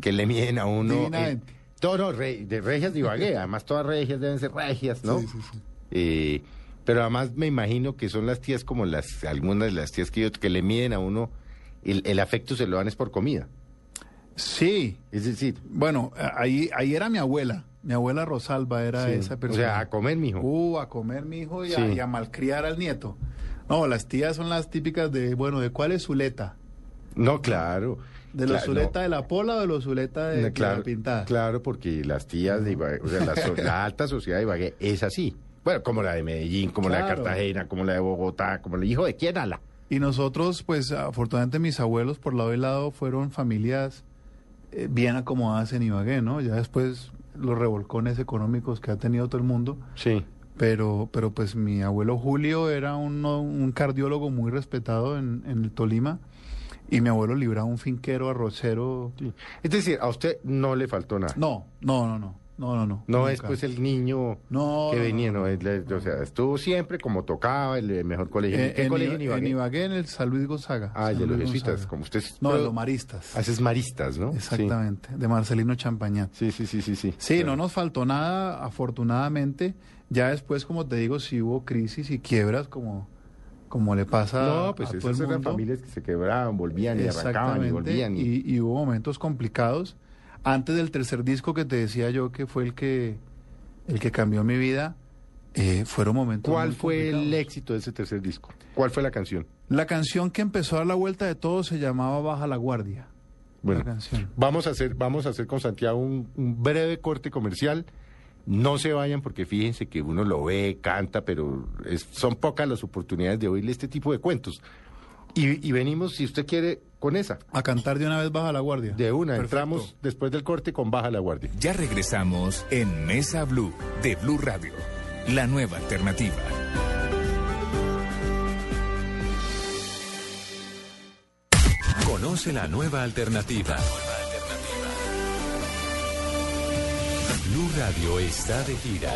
Speaker 5: que le miden a uno. eh,
Speaker 4: Divinamente.
Speaker 5: no, no, re- de regias de Ibagué. Además, todas regias deben ser regias, ¿no?
Speaker 4: Sí, sí, sí.
Speaker 5: Eh, pero además me imagino que son las tías como las algunas de las tías que, yo- que le miden a uno el, el afecto se lo dan es por comida.
Speaker 4: Sí,
Speaker 5: Es decir,
Speaker 4: Bueno, a- ahí, ahí era mi abuela. Mi abuela Rosalba era
Speaker 5: Sí.
Speaker 4: esa
Speaker 5: O
Speaker 4: persona.
Speaker 5: sea, a comer, mijo.
Speaker 4: Uh, a comer, mijo, y, a,
Speaker 5: Sí.
Speaker 4: y a malcriar al nieto. No, las tías son las típicas de, bueno, ¿de cuál es Zuleta?
Speaker 5: no, claro.
Speaker 4: ¿De los
Speaker 5: Cla-
Speaker 4: Zuleta
Speaker 5: no.
Speaker 4: de la Pola o de los Zuleta de,
Speaker 5: No,
Speaker 4: de la
Speaker 5: claro,
Speaker 4: Pintada?
Speaker 5: claro, porque las tías de Ibagué, o sea, la, so- la alta sociedad de Ibagué es así. Bueno, como la de Medellín, como la de
Speaker 4: Claro.
Speaker 5: Cartagena, como la de Bogotá, como el hijo de quién, ala.
Speaker 4: Y nosotros, pues, afortunadamente mis abuelos por lado y lado fueron familias eh, bien acomodadas en Ibagué, ¿no? Ya después los revolcones económicos que ha tenido todo el mundo.
Speaker 5: Sí.
Speaker 4: Pero, pero pues mi abuelo Julio era un, un cardiólogo muy respetado en, en el Tolima y mi abuelo Libra un finquero arrocero.
Speaker 5: Es decir, a usted no le faltó nada.
Speaker 4: No, no, no, no. No, no, no.
Speaker 5: No
Speaker 4: nunca.
Speaker 5: es pues el niño
Speaker 4: No,
Speaker 5: que
Speaker 4: no,
Speaker 5: venía, no, es la- o sea, estuvo siempre como tocaba, el eh, mejor colegio.
Speaker 4: Eh,
Speaker 5: ¿Qué
Speaker 4: en,
Speaker 5: colegio en
Speaker 4: Iba- en
Speaker 5: Ibagué?
Speaker 4: Ibagué, en el San Luis Gonzaga.
Speaker 5: Ah,
Speaker 4: San
Speaker 5: el de
Speaker 4: Luis
Speaker 5: los jesuitas,
Speaker 4: Gonzaga.
Speaker 5: como ustedes.
Speaker 4: No, de
Speaker 5: pero
Speaker 4: los maristas.
Speaker 5: Haces maristas, ¿no? Sí.
Speaker 4: Exactamente, de Marcelino Champañat.
Speaker 5: Sí, sí, sí, sí, sí.
Speaker 4: Sí,
Speaker 5: Claro.
Speaker 4: no nos faltó nada, afortunadamente. Ya después, como te digo, sí hubo crisis y quiebras, como, como le pasa
Speaker 5: No, pues
Speaker 4: a todo
Speaker 5: esas
Speaker 4: el
Speaker 5: eran
Speaker 4: mundo.
Speaker 5: familias que se quebraban, volvían y arrancaban y
Speaker 4: Exactamente,
Speaker 5: volvían. Y...
Speaker 4: y- y hubo momentos complicados. Antes del tercer disco que te decía yo, que fue el que, el que cambió mi vida, eh, fueron momentos
Speaker 5: ¿Cuál
Speaker 4: muy
Speaker 5: fue el
Speaker 4: complicados.
Speaker 5: éxito de ese tercer disco? ¿Cuál fue la canción?
Speaker 4: La canción que empezó a dar la vuelta de todo se llamaba Baja la Guardia.
Speaker 5: Bueno,
Speaker 4: La canción.
Speaker 5: Vamos a hacer, vamos a hacer con Santiago un, un breve corte comercial. No se vayan porque fíjense que uno lo ve, canta, pero es- son pocas las oportunidades de oírle este tipo de cuentos. Y, y venimos, si usted quiere, con esa.
Speaker 4: A cantar de una vez Baja la Guardia.
Speaker 5: De una,
Speaker 4: Perfecto.
Speaker 5: entramos después del corte con Baja la Guardia.
Speaker 7: Ya regresamos en Mesa Blue de Blue Radio, la nueva alternativa.
Speaker 3: Conoce la nueva alternativa. Blue Radio está de gira.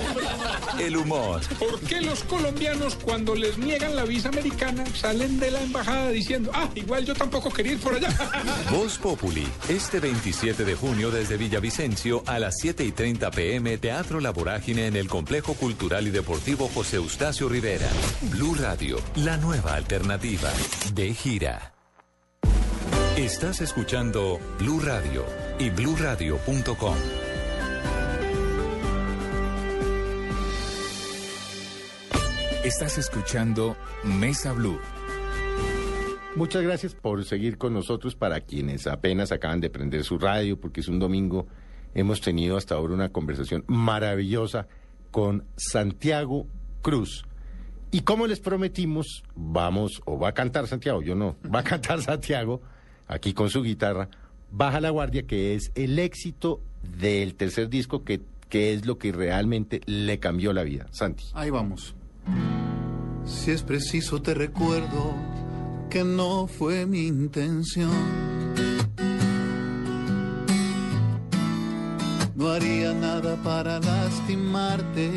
Speaker 3: El humor,
Speaker 8: ¿Por qué los colombianos cuando les niegan la visa americana salen de la embajada diciendo, ah, igual yo tampoco quería ir por allá?
Speaker 3: Voz Populi, este 27 de junio desde Villavicencio a las 7 y 30 pm, Teatro La Vorágine en el Complejo Cultural y Deportivo José Eustacio Rivera. Blue Radio, la nueva alternativa, de gira. Estás escuchando Blue Radio y bluradio.com.
Speaker 7: Estás escuchando Mesa Blue.
Speaker 5: Muchas gracias por seguir con nosotros para quienes apenas acaban de prender su radio, porque es un domingo. Hemos tenido hasta ahora una conversación maravillosa con Santiago Cruz. Y como les prometimos, vamos, o va a cantar Santiago, yo no, va a cantar Santiago, aquí con su guitarra, Baja la Guardia, que es el éxito del tercer disco, que, que es lo que realmente le cambió la vida. Santi.
Speaker 4: Ahí vamos.
Speaker 9: Si es preciso te recuerdo que no fue mi intención. No haría nada para lastimarte.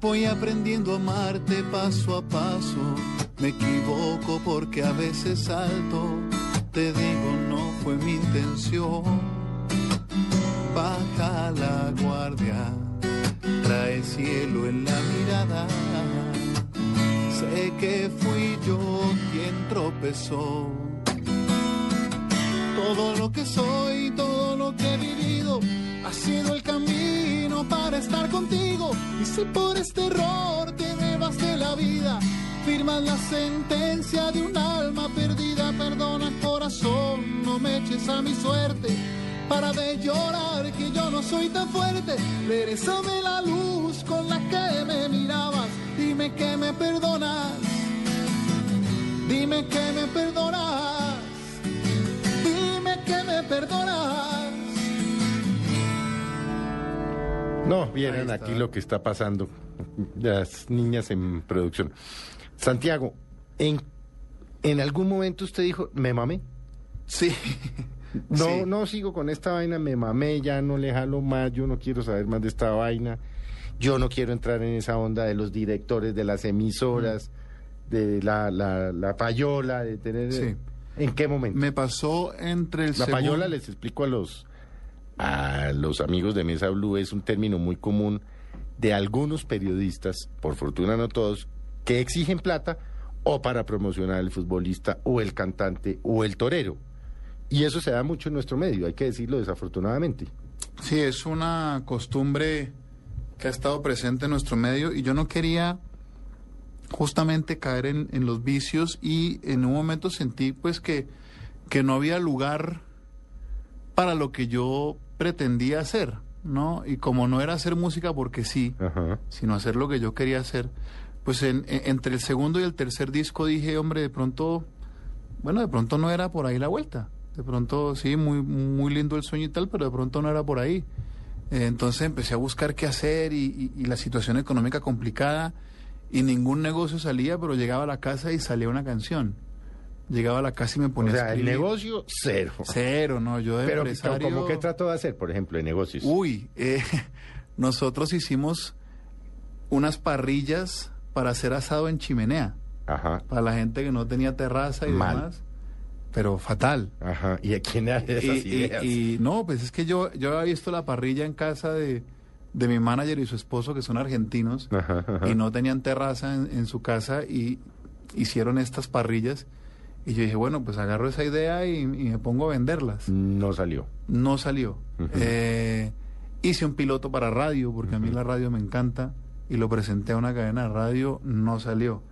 Speaker 9: Voy aprendiendo a amarte paso a paso. Me equivoco porque a veces salto. Te digo no fue mi intención. Baja la guardia trae cielo en la mirada. Sé que fui yo quien tropezó. Todo lo que soy, todo lo que he vivido, ha sido el camino para estar contigo. Y si por este error te debas de la vida, firmas la sentencia de un alma perdida. Perdona corazón, no me eches a mi suerte. Para de llorar que yo no soy tan fuerte, regresame la luz con la que me mirabas. Dime que me perdonas, dime que me perdonas. Dime que me perdonas.
Speaker 5: No, vieran
Speaker 4: Ahí está.
Speaker 5: aquí lo que está pasando. Las niñas en producción. Santiago, en, en algún momento usted dijo, me mamé.
Speaker 4: Sí.
Speaker 5: No,
Speaker 4: Sí.
Speaker 5: no sigo con esta vaina, me mamé, ya no le jalo más, yo no quiero saber más de esta vaina. Yo no quiero entrar en esa onda de los directores, de las emisoras, de la, la, la payola, de tener...
Speaker 4: Mm. Sí.
Speaker 5: ¿En qué momento?
Speaker 4: Me pasó entre el
Speaker 5: La
Speaker 4: segundo-
Speaker 5: payola, les explico a los, a los amigos de Mesa Blue, es un término muy común de algunos periodistas, por fortuna no todos, que exigen plata o para promocionar el futbolista o el cantante o el torero. Y eso se da mucho en nuestro medio, hay que decirlo desafortunadamente.
Speaker 4: Sí, es una costumbre que ha estado presente en nuestro medio y yo no quería justamente caer en, en los vicios y en un momento sentí pues que, que no había lugar para lo que yo pretendía hacer, ¿no? Y como no era hacer música porque sí,
Speaker 5: Ajá.
Speaker 4: sino hacer lo que yo quería hacer. Pues en- en- entre el segundo y el tercer disco dije, hombre, de pronto, bueno, de pronto no era por ahí la vuelta. De pronto, sí, muy, muy lindo el sueño y tal, pero de pronto no era por ahí. Eh, Entonces empecé a buscar qué hacer y, y- y la situación económica complicada y ningún negocio salía, pero llegaba a la casa y salía una canción. Llegaba a la casa y me
Speaker 5: O
Speaker 4: ponía a
Speaker 5: sea, el
Speaker 4: escribir.
Speaker 5: negocio, cero.
Speaker 4: Cero, no, yo de
Speaker 5: Pero,
Speaker 4: empresario...
Speaker 5: ¿cómo qué trato de hacer, por ejemplo, de negocios?
Speaker 4: Uy, eh, nosotros hicimos unas parrillas para hacer asado en chimenea,
Speaker 5: Ajá,
Speaker 4: para la gente que no tenía terraza y
Speaker 5: Mal.
Speaker 4: demás, pero fatal.
Speaker 5: ajá. ¿Y a quién le dan
Speaker 4: Y,
Speaker 5: esas
Speaker 4: y-
Speaker 5: ideas?
Speaker 4: y- no, pues es que yo, yo había visto la parrilla en casa de, de mi manager y su esposo, que son argentinos,
Speaker 5: Ajá, ajá.
Speaker 4: y no tenían terraza en, en su casa y hicieron estas parrillas. Y yo dije, bueno, pues agarro esa idea y, y me pongo a venderlas.
Speaker 5: No salió.
Speaker 4: No salió. Eh, hice un piloto para radio, porque a mí la radio me encanta, y lo presenté a una cadena de radio, no salió.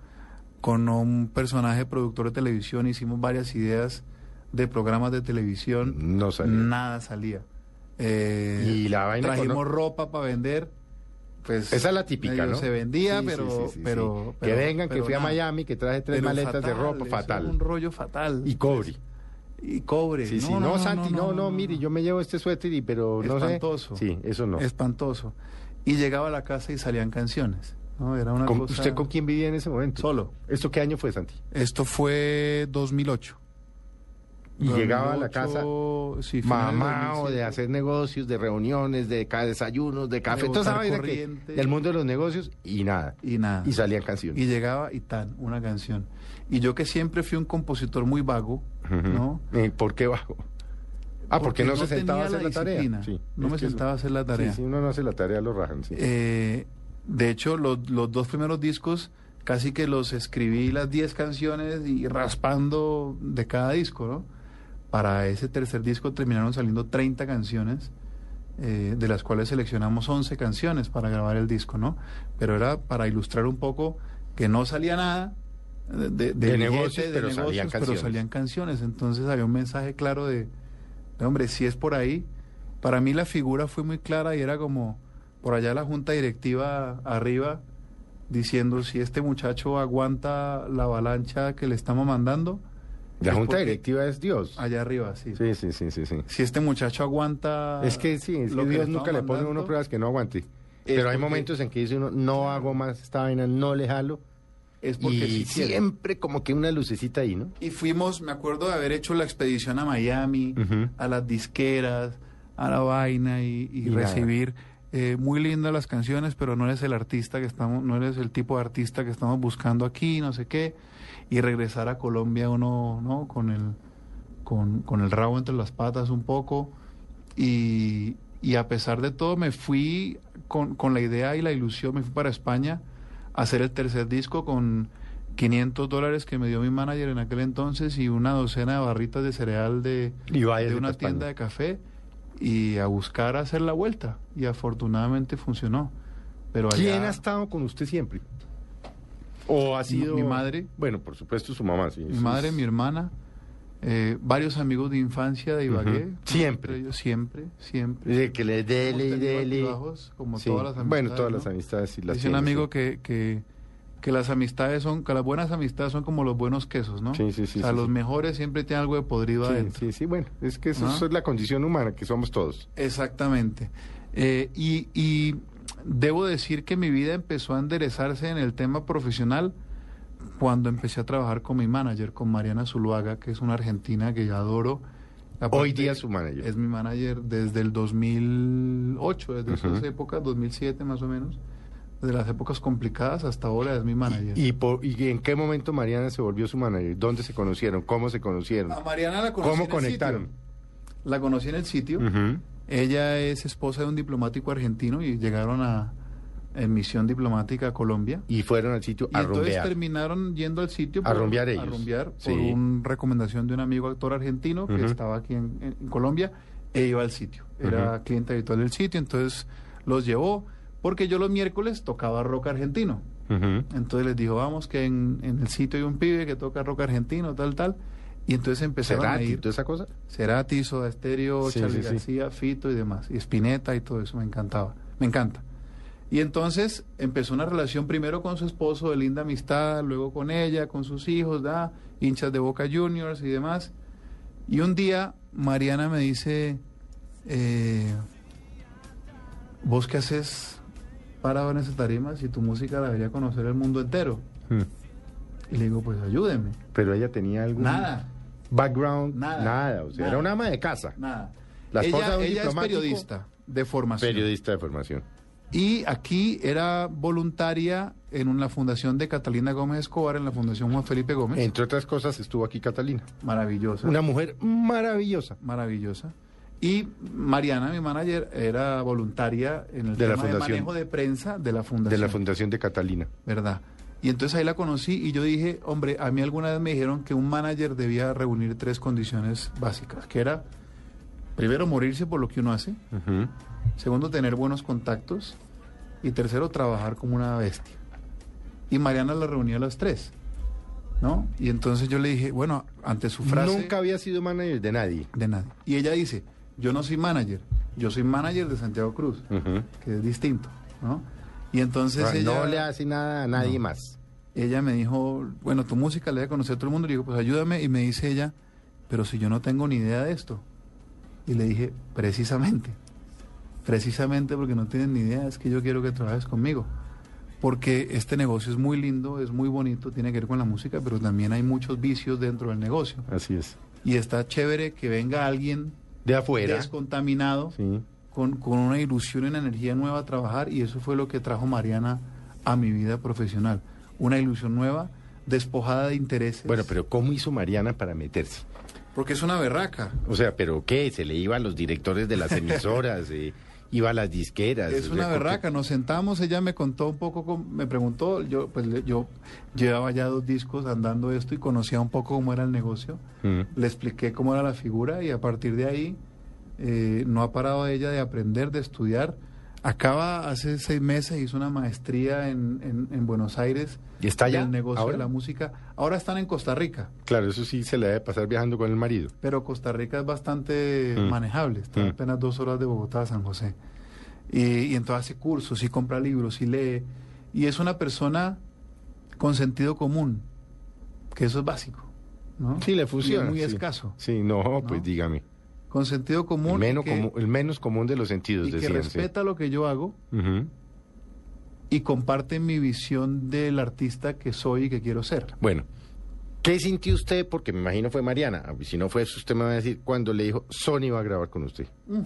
Speaker 4: Con un personaje productor de televisión hicimos varias ideas de programas de televisión.
Speaker 5: No salió.
Speaker 4: Nada salía. Eh,
Speaker 5: Y la vaina
Speaker 4: Trajimos
Speaker 5: econo-
Speaker 4: ropa para vender. Pues,
Speaker 5: Esa es la típica,
Speaker 4: medio
Speaker 5: ¿no?
Speaker 4: Se vendía,
Speaker 5: Sí, sí,
Speaker 4: pero,
Speaker 5: sí, sí, sí.
Speaker 4: pero,
Speaker 5: Que
Speaker 4: pero-
Speaker 5: vengan, que
Speaker 4: pero
Speaker 5: fui a
Speaker 4: nada.
Speaker 5: Miami, que traje tres
Speaker 4: Pero
Speaker 5: maletas de
Speaker 4: fatal,
Speaker 5: ropa,
Speaker 4: eso es
Speaker 5: fatal.
Speaker 4: Un rollo fatal.
Speaker 5: Y cobre.
Speaker 4: Y cobre.
Speaker 5: Sí, sí, no, Santi, no, no, mire, yo me llevo este suéter y pero no
Speaker 4: Espantoso.
Speaker 5: sé. Sí, eso no.
Speaker 4: Espantoso. Y llegaba a la casa y salían canciones. ¿no? Era una
Speaker 5: ¿Con-
Speaker 4: cosa...
Speaker 5: ¿Usted con quién vivía en ese momento?
Speaker 4: Solo.
Speaker 5: ¿Esto qué año fue, Santi?
Speaker 4: Esto fue 2008.
Speaker 5: Y llegaba a la casa
Speaker 4: 2008, sí, finales
Speaker 5: mamá
Speaker 4: 2007.
Speaker 5: o de hacer negocios, de reuniones, de ca- desayunos, de café, toda esa
Speaker 4: botar
Speaker 5: vaina que-
Speaker 4: corriente. Ah.
Speaker 5: del mundo de los negocios y nada.
Speaker 4: Y nada.
Speaker 5: Y salían canciones.
Speaker 4: Y llegaba y tan, una canción. Y yo que siempre fui un compositor muy vago, ¿no?
Speaker 5: Eh, ¿Por qué bajo? Ah,
Speaker 4: Porque
Speaker 5: porque, no,
Speaker 4: no
Speaker 5: se sentaba a
Speaker 4: tenía
Speaker 5: hacer
Speaker 4: la
Speaker 5: la tarea.
Speaker 4: disciplina. No
Speaker 5: es
Speaker 4: me
Speaker 5: que eso-
Speaker 4: sentaba a hacer la tarea.
Speaker 5: Sí, si uno no hace la tarea, lo rajan. sí.
Speaker 4: Eh, de hecho, los, los dos primeros discos casi que los escribí las 10 canciones y raspando de cada disco, ¿no? Para ese tercer disco terminaron saliendo 30 canciones, eh, de las cuales seleccionamos 11 canciones para grabar el disco, ¿no? Pero era para ilustrar un poco que no salía nada de, de-
Speaker 5: De
Speaker 4: billete,
Speaker 5: negocios, pero salían
Speaker 4: pero
Speaker 5: canciones.
Speaker 4: salían canciones. Entonces había un mensaje claro de, de, hombre, si es por ahí. Para mí la figura fue muy clara y era como por allá la junta directiva arriba diciendo si este muchacho aguanta la avalancha que le estamos mandando.
Speaker 5: la
Speaker 4: es
Speaker 5: junta
Speaker 4: porque-
Speaker 5: directiva es Dios.
Speaker 4: Allá arriba, sí.
Speaker 5: Sí, sí, sí, sí, sí.
Speaker 4: Si este muchacho aguanta...
Speaker 5: Es que sí, es
Speaker 4: Ah, lo
Speaker 5: que Dios
Speaker 4: estamos
Speaker 5: nunca le pone a uno
Speaker 4: mandando, Eh,
Speaker 5: pruebas que no aguante. Pero hay
Speaker 4: porque-
Speaker 5: momentos en que dice uno, no hago más esta vaina, no le jalo.
Speaker 4: Es porque
Speaker 5: Y
Speaker 4: sí quiere.
Speaker 5: siempre como que una lucecita ahí, ¿no?
Speaker 4: Y fuimos, me acuerdo de haber hecho la expedición a Miami,
Speaker 5: Ujú.
Speaker 4: a las disqueras, a la vaina y, y
Speaker 5: Y nada.
Speaker 4: recibir eh, muy lindas las canciones, pero no eres el artista que estamos, no eres el tipo de artista que estamos buscando aquí, no sé qué, y regresar a Colombia uno, ¿no? Con el con, con el rabo entre las patas un poco y, y a pesar de todo me fui con, con la idea y la ilusión, me fui para España a hacer el tercer disco con 500 dólares que me dio mi manager en aquel entonces y una docena de barritas de cereal de,
Speaker 5: Y váyase
Speaker 4: de una
Speaker 5: pa' España.
Speaker 4: tienda de café y a buscar hacer la vuelta y afortunadamente funcionó. Pero allá,
Speaker 5: ¿Quién ha estado con usted siempre? ¿O ha sido...?
Speaker 4: mi madre.
Speaker 5: Bueno, por supuesto, su mamá, sí.
Speaker 4: Mi madre, mi hermana, eh, varios amigos de infancia de Ibagué.
Speaker 5: Ujú. Siempre.
Speaker 4: Entre ellos, siempre, siempre.
Speaker 5: De que le dele y
Speaker 4: Hemos tenido
Speaker 5: dele.
Speaker 4: altibajos, como
Speaker 5: Sí.
Speaker 4: todas las amistades,
Speaker 5: Bueno, todas
Speaker 4: ¿no?
Speaker 5: las amistades sí las
Speaker 4: Dice un
Speaker 5: tiene,
Speaker 4: amigo
Speaker 5: sí.
Speaker 4: que, que, que las amistades son, que las buenas amistades son como los buenos quesos, ¿no?
Speaker 5: Sí, sí, sí,
Speaker 4: O sea,
Speaker 5: sí,
Speaker 4: los
Speaker 5: sí.
Speaker 4: mejores siempre tienen algo de podrido
Speaker 5: Sí,
Speaker 4: adentro.
Speaker 5: sí, sí, bueno, es que eso,
Speaker 4: Ajá.
Speaker 5: eso es la condición humana que somos todos.
Speaker 4: Exactamente. Eh, y, y debo decir que mi vida empezó a enderezarse en el tema profesional cuando empecé a trabajar con mi manager, con Mariana Zuluaga, que es una argentina que yo adoro.
Speaker 5: Hoy
Speaker 4: Aparte,
Speaker 5: día es su manager.
Speaker 4: Es mi manager desde el 2008, desde esas épocas, 2007 más o menos. Desde las épocas complicadas hasta ahora es mi manager.
Speaker 5: ¿Y, por- y en qué momento Mariana se volvió su manager? ¿Dónde se conocieron? ¿Cómo se conocieron?
Speaker 4: a Mariana la Ah, conocí
Speaker 5: ¿Cómo
Speaker 4: en el sitio.
Speaker 5: conectaron?
Speaker 4: La conocí en el sitio.
Speaker 5: Ujú.
Speaker 4: Ella es esposa de un diplomático argentino y llegaron a en misión diplomática a Colombia.
Speaker 5: Y fueron al sitio
Speaker 4: Y
Speaker 5: a
Speaker 4: entonces
Speaker 5: rumbear.
Speaker 4: terminaron yendo al sitio
Speaker 5: A rumbear ellos.
Speaker 4: a rumbear
Speaker 5: Sí.
Speaker 4: por una recomendación de un amigo actor argentino que
Speaker 5: Ujú.
Speaker 4: estaba aquí en, en- en Colombia e iba al sitio. Era cliente habitual del sitio, entonces los llevó porque yo los miércoles tocaba rock argentino.
Speaker 5: Ujú.
Speaker 4: Entonces les dijo, vamos, que en, en el sitio hay un pibe que toca rock argentino, tal, tal. Y entonces empezaron a
Speaker 5: Cerati,
Speaker 4: ir.
Speaker 5: toda esa cosa?
Speaker 4: Cerati, Soda Stereo,
Speaker 5: Sí,
Speaker 4: Charlie
Speaker 5: sí, sí.
Speaker 4: García, Fito y demás. Y Spinetta y todo eso, me encantaba. Me encanta. Y entonces empezó una relación primero con su esposo de linda amistad, luego con ella, con sus hijos, da, hinchas de Boca Juniors y demás. Y un día Mariana me dice, eh, ¿vos qué haces parado en esa tarima si tu música la debería conocer el mundo entero? Y le digo, pues ayúdeme.
Speaker 5: Pero ella tenía algún
Speaker 4: Nada.
Speaker 5: background, nada,
Speaker 4: Nada.
Speaker 5: o sea,
Speaker 4: Nada.
Speaker 5: era una ama de casa,
Speaker 4: Nada.
Speaker 5: La esposa
Speaker 4: ella
Speaker 5: de un
Speaker 4: ella es
Speaker 5: diplomático.
Speaker 4: periodista de formación.
Speaker 5: periodista de formación.
Speaker 4: Y aquí era voluntaria en la fundación de Catalina Gómez Escobar, en la fundación Juan Felipe Gómez.
Speaker 5: Entre otras cosas estuvo aquí Catalina,
Speaker 4: Maravillosa.
Speaker 5: una mujer maravillosa.
Speaker 4: Maravillosa. Y Mariana, mi manager, era voluntaria en el
Speaker 5: De la
Speaker 4: tema de
Speaker 5: fundación.
Speaker 4: manejo de prensa de la fundación.
Speaker 5: De la fundación de Catalina.
Speaker 4: ¿Verdad? Y entonces ahí la conocí y yo dije, hombre, a mí alguna vez me dijeron que un manager debía reunir tres condiciones básicas, que era, primero, morirse por lo que uno hace, segundo, tener buenos contactos y tercero, trabajar como una bestia. Y Mariana la reunió a las tres, ¿no? Y entonces yo le dije, bueno, ante su frase
Speaker 5: Nunca había sido manager de nadie.
Speaker 4: de nada. Y ella dice, yo no soy manager, yo soy manager de Santiago Cruz,
Speaker 5: Ujú.
Speaker 4: que es distinto, ¿no? Y entonces
Speaker 5: Ah,
Speaker 4: ella...
Speaker 5: No le hace nada a nadie más.
Speaker 4: ella me dijo, bueno, tu música la debe conocer todo el mundo. Le digo, pues ayúdame. Y me dice ella, pero si yo no tengo ni idea de esto. Y le dije, precisamente, precisamente porque no tienen ni idea, es que yo quiero que trabajes conmigo. Porque este negocio es muy lindo, es muy bonito, tiene que ver con la música, pero también hay muchos vicios dentro del negocio.
Speaker 5: Así es.
Speaker 4: Y está chévere que venga alguien
Speaker 5: De afuera.
Speaker 4: descontaminado
Speaker 5: Sí.
Speaker 4: con, con una ilusión y una energía nueva a trabajar y eso fue lo que trajo Mariana a mi vida profesional. Una ilusión nueva, despojada de intereses.
Speaker 5: Bueno, pero ¿cómo hizo Mariana para meterse?
Speaker 4: Porque es una berraca.
Speaker 5: O sea, ¿pero qué? ¿Se le iba a los directores de las emisoras? eh, ¿Iba a las disqueras?
Speaker 4: Es
Speaker 5: O sea,
Speaker 4: una berraca, nos sentamos, ella me contó un poco, cómo- me preguntó, yo pues le- yo llevaba ya dos discos andando esto y conocía un poco cómo era el negocio,
Speaker 5: Mm.
Speaker 4: le expliqué cómo era la figura y a partir de ahí eh, no ha parado ella de aprender, de estudiar. Acaba hace seis meses, hizo una maestría en, en- en Buenos Aires.
Speaker 5: ¿Y está allá
Speaker 4: del negocio
Speaker 5: ahora?
Speaker 4: de la música. Ahora están en Costa Rica,
Speaker 5: Claro, eso sí se le debe pasar viajando con el marido.
Speaker 4: pero Costa Rica es bastante
Speaker 5: Mm.
Speaker 4: manejable. Está
Speaker 5: Mm.
Speaker 4: apenas dos horas de Bogotá a San José. Y, y entonces hace cursos, y compra libros, y lee. Y es una persona con sentido común, que eso es básico. ¿no?
Speaker 5: Sí, le
Speaker 4: Y
Speaker 5: funciona.
Speaker 4: es muy
Speaker 5: sí.
Speaker 4: escaso.
Speaker 5: Sí, no, pues dígame.
Speaker 4: Con sentido común.
Speaker 5: El menos,
Speaker 4: que-
Speaker 5: común, el menos común de los sentidos,
Speaker 4: y que
Speaker 5: decían, sí.
Speaker 4: respeta lo que yo hago
Speaker 5: Ujú.
Speaker 4: y comparte mi visión del artista que soy y que quiero ser.
Speaker 5: Bueno, ¿qué sintió usted? Porque me imagino fue Mariana. Ah, Si no fue eso, usted me va a decir cuándo le dijo Sony va a grabar con usted.
Speaker 4: Mm.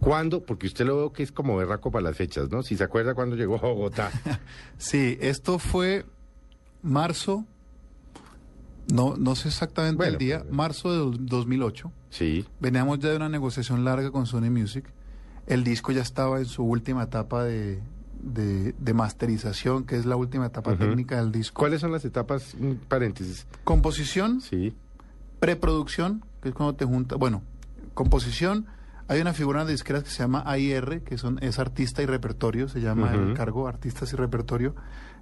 Speaker 5: ¿Cuándo? Porque usted lo veo que es como berraco para las fechas, ¿no? Si se acuerda cuando llegó a Bogotá.
Speaker 4: Sí, esto fue marzo, no, no sé exactamente
Speaker 5: Bueno,
Speaker 4: el día,
Speaker 5: pues,
Speaker 4: marzo de dos- 2008.
Speaker 5: Sí.
Speaker 4: Veníamos ya de una negociación larga con Sony Music. El disco ya estaba en su última etapa de, de- de masterización, que es la última etapa
Speaker 5: Ujú.
Speaker 4: técnica del disco.
Speaker 5: ¿Cuáles son las etapas? Mm, Paréntesis.
Speaker 4: Composición,
Speaker 5: Sí.
Speaker 4: preproducción, que es cuando te junta, bueno, composición, hay una figura de disqueras que se llama AIR, que son, es artista y repertorio, se llama
Speaker 5: Ujú.
Speaker 4: el cargo artistas y repertorio.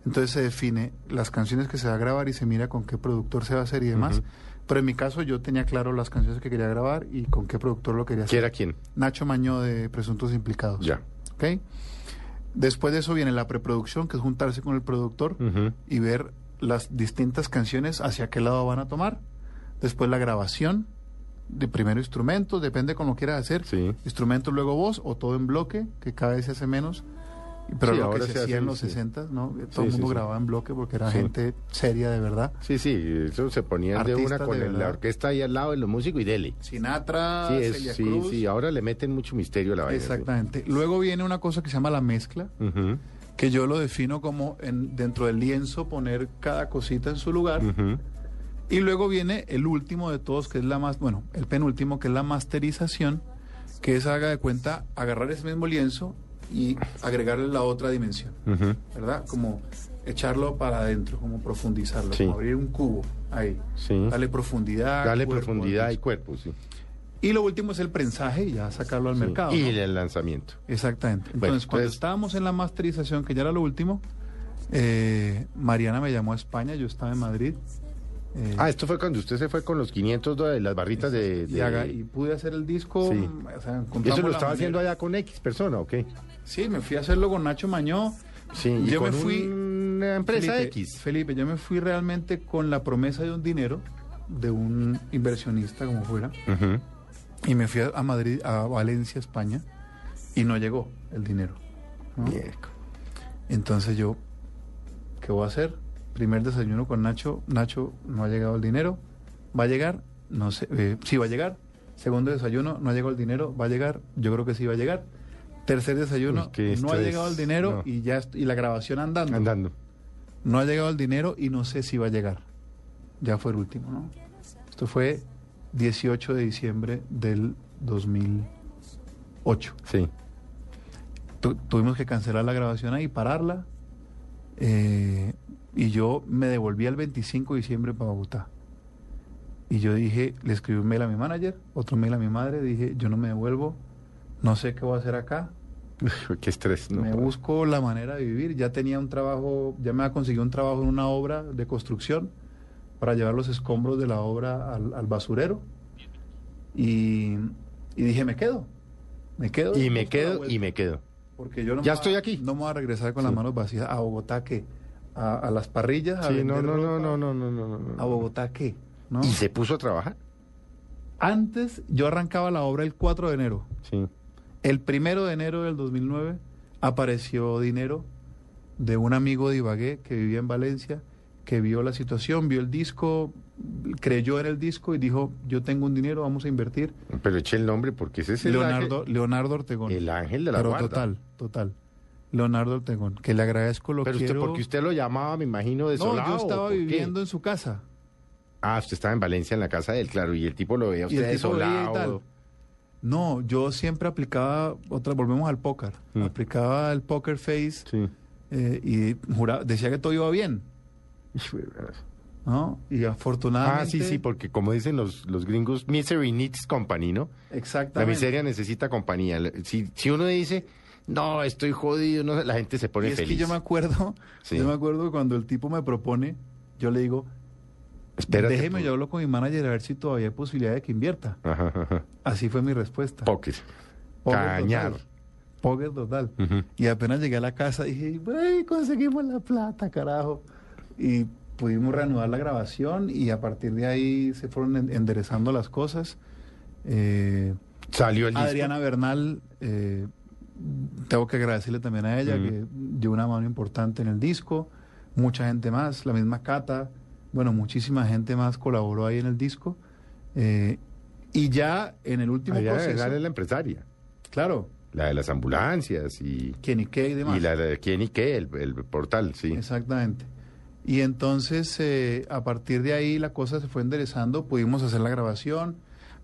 Speaker 4: Entonces se define las canciones que se va a grabar y se mira con qué productor se va a hacer y demás. Pero en mi caso yo tenía claro las canciones que quería grabar y con qué productor lo quería hacer.
Speaker 5: ¿Quién era quién?
Speaker 4: Nacho Maño de Presuntos Implicados.
Speaker 5: Ya.
Speaker 4: ¿Ok? Después de eso viene la preproducción, que es juntarse con el productor
Speaker 5: Ujú.
Speaker 4: y ver las distintas canciones hacia qué lado van a tomar. Después la grabación de primero instrumentos, depende con lo quieras hacer.
Speaker 5: Sí.
Speaker 4: Instrumentos, luego voz o todo en bloque, que cada vez se hace menos. Pero
Speaker 5: Sí,
Speaker 4: lo
Speaker 5: ahora
Speaker 4: que se,
Speaker 5: se hace,
Speaker 4: hacía en los
Speaker 5: sí.
Speaker 4: 60, ¿no? Todo
Speaker 5: Sí,
Speaker 4: el
Speaker 5: sí,
Speaker 4: mundo
Speaker 5: sí.
Speaker 4: grababa en bloque porque era
Speaker 5: Sí.
Speaker 4: gente seria de verdad.
Speaker 5: Sí, sí, eso se ponían de
Speaker 4: Artistas
Speaker 5: una con
Speaker 4: de
Speaker 5: el- la
Speaker 4: verdad.
Speaker 5: orquesta ahí al lado de los músicos y dele.
Speaker 4: Sinatra,
Speaker 5: Sí, es-
Speaker 4: Celia
Speaker 5: sí,
Speaker 4: Cruz.
Speaker 5: sí, ahora le meten mucho misterio a la vaina. sí.
Speaker 4: Exactamente. Luego viene una cosa que se llama la mezcla,
Speaker 5: Ujú,
Speaker 4: que yo lo defino como en, dentro del lienzo poner cada cosita en su lugar.
Speaker 5: ujú.
Speaker 4: Y luego viene el último de todos, que es la más, bueno, el penúltimo, que es la masterización, que es haga de cuenta agarrar ese mismo lienzo y agregarle la otra dimensión, ¿verdad? Como echarlo para adentro, como profundizarlo,
Speaker 5: Sí.
Speaker 4: como abrir un cubo ahí,
Speaker 5: Sí.
Speaker 4: darle profundidad,
Speaker 5: Dale
Speaker 4: Ah, cuerpo,
Speaker 5: profundidad y
Speaker 4: entonces.
Speaker 5: cuerpo, sí.
Speaker 4: y lo último es el prensaje y ya sacarlo al
Speaker 5: Sí.
Speaker 4: mercado.
Speaker 5: Y
Speaker 4: ¿no?
Speaker 5: el lanzamiento.
Speaker 4: Exactamente. Entonces,
Speaker 5: Bueno,
Speaker 4: cuando
Speaker 5: entonces-
Speaker 4: estábamos en la masterización, que ya era lo último, eh, Mariana me llamó a España, yo estaba en Madrid. eh,
Speaker 5: Ah, esto fue cuando usted se fue con los 500 dólares, las barritas de...
Speaker 4: y,
Speaker 5: de-
Speaker 4: haga- y pude hacer el disco.
Speaker 5: Sí.
Speaker 4: mm, o sea, encontramos
Speaker 5: ¿Eso
Speaker 4: la
Speaker 5: lo
Speaker 4: manera.
Speaker 5: estaba haciendo allá con X persona o qué?
Speaker 4: Sí, me fui a hacerlo con Nacho Mañó.
Speaker 5: Sí, y
Speaker 4: yo
Speaker 5: con
Speaker 4: me fui.
Speaker 5: una empresa
Speaker 4: Felipe,
Speaker 5: X.
Speaker 4: Felipe, yo me fui realmente con la promesa de un dinero de un inversionista, como fuera.
Speaker 5: Ujú.
Speaker 4: Y me fui a- a Madrid, a Valencia, España. Y no llegó el dinero. ¿no?
Speaker 5: Bien.
Speaker 4: Entonces yo, ¿qué voy a hacer? primer desayuno con Nacho, Nacho no ha llegado el dinero, va a llegar, no sé, eh, sí va a llegar, segundo desayuno, no ha llegado el dinero, va a llegar, yo creo que sí va a llegar, tercer desayuno,
Speaker 5: Uy, qué
Speaker 4: no ha
Speaker 5: estrés,
Speaker 4: llegado el dinero
Speaker 5: no.
Speaker 4: y ya est- y la grabación andando.
Speaker 5: Andando.
Speaker 4: No ha llegado el dinero y no sé si va a llegar. Ya fue el último, ¿no? Esto fue 18 de diciembre del 2008.
Speaker 5: Sí.
Speaker 4: Tu- tuvimos que cancelar la grabación ahí, pararla. eh, y yo me devolví el 25 de diciembre para Bogotá. Y yo dije, le escribí un mail a mi manager, otro mail a mi madre, dije, yo no me devuelvo, no sé qué voy a hacer acá,
Speaker 5: Qué estrés, ¿no?
Speaker 4: me busco la manera de vivir. Ya tenía un trabajo, ya me había conseguido un trabajo en una obra de construcción para llevar los escombros de la obra al, al basurero. Y, y dije, me quedo. Me quedo.
Speaker 5: Y
Speaker 4: busco
Speaker 5: me
Speaker 4: la
Speaker 5: quedo,
Speaker 4: vuelta.
Speaker 5: y me quedo.
Speaker 4: Porque yo no me
Speaker 5: Ya
Speaker 4: voy a-
Speaker 5: estoy aquí.
Speaker 4: No me voy a regresar con
Speaker 5: Sí.
Speaker 4: las manos vacías a Bogotá, ¿qué? A, a las parrillas. a
Speaker 5: Sí, no,
Speaker 4: vender
Speaker 5: no, no,
Speaker 4: ropa.
Speaker 5: no, no, no, no, no.
Speaker 4: ¿A Bogotá qué? ¿No?
Speaker 5: ¿Y se puso a trabajar?
Speaker 4: Antes yo arrancaba la obra el 4 de enero.
Speaker 5: Sí.
Speaker 4: El primero de enero del 2009 apareció dinero de un amigo de Ibagué que vivía en Valencia, que vio la situación, vio el disco, creyó en el disco y dijo, yo tengo un dinero, vamos a invertir.
Speaker 5: Pero eché el nombre porque ese es el
Speaker 4: Leonardo, Leonardo Ortegón.
Speaker 5: El ángel de la
Speaker 4: Pero
Speaker 5: guarda.
Speaker 4: total, total. Leonardo Ortegón, que le agradezco lo que
Speaker 5: Pero usted, porque usted lo llamaba, me imagino,
Speaker 4: No,
Speaker 5: desolado.
Speaker 4: yo
Speaker 5: ¿o
Speaker 4: estaba
Speaker 5: por qué?
Speaker 4: viviendo en su casa.
Speaker 5: Ah, usted estaba en Valencia, en la casa del claro, y el tipo lo veía a
Speaker 4: Y
Speaker 5: usted
Speaker 4: el tipo veía y
Speaker 5: desolado.
Speaker 4: tal. No, yo siempre aplicaba, otra, volvemos al póker,
Speaker 5: Mm.
Speaker 4: aplicaba el poker face
Speaker 5: Sí.
Speaker 4: eh, y juraba, decía que todo iba bien, ¿no? Y afortunadamente...
Speaker 5: Ah, sí, sí, porque como dicen los, los gringos, misery needs company, ¿no? La
Speaker 4: Exactamente.
Speaker 5: miseria necesita compañía. La- Si, si uno dice, no, estoy jodido, no, sé", la gente se pone
Speaker 4: y es
Speaker 5: feliz.
Speaker 4: que yo me acuerdo,
Speaker 5: Sí.
Speaker 4: yo me acuerdo cuando el tipo me propone, yo le digo,
Speaker 5: Espérate,
Speaker 4: déjeme,
Speaker 5: pues.
Speaker 4: yo hablo con mi manager a ver si todavía hay posibilidad de que invierta.
Speaker 5: Ajá, ajá.
Speaker 4: Así fue mi respuesta.
Speaker 5: Póker.
Speaker 4: Póker
Speaker 5: Cañar.
Speaker 4: total. Póker total.
Speaker 5: Ujú.
Speaker 4: Y apenas llegué a la casa dije, "Güey, conseguimos la plata, carajo. Y pudimos reanudar la grabación y a partir de ahí se fueron en- enderezando las cosas. Eh,
Speaker 5: Salió el disco.
Speaker 4: Adriana Bernal, eh, tengo que agradecerle también a ella,
Speaker 5: Mm.
Speaker 4: que dio una mano importante en el disco, mucha gente más, la misma Cata, bueno, muchísima gente más colaboró ahí en el disco. eh, y ya en el último
Speaker 5: Adriana
Speaker 4: proceso,
Speaker 5: Bernal es la empresaria.
Speaker 4: claro,
Speaker 5: La de las ambulancias y,
Speaker 4: quien y qué y demás.
Speaker 5: y la de quién y qué, el, el portal, sí.
Speaker 4: Exactamente. Y entonces, eh, a partir de ahí, la cosa se fue enderezando. Pudimos hacer la grabación,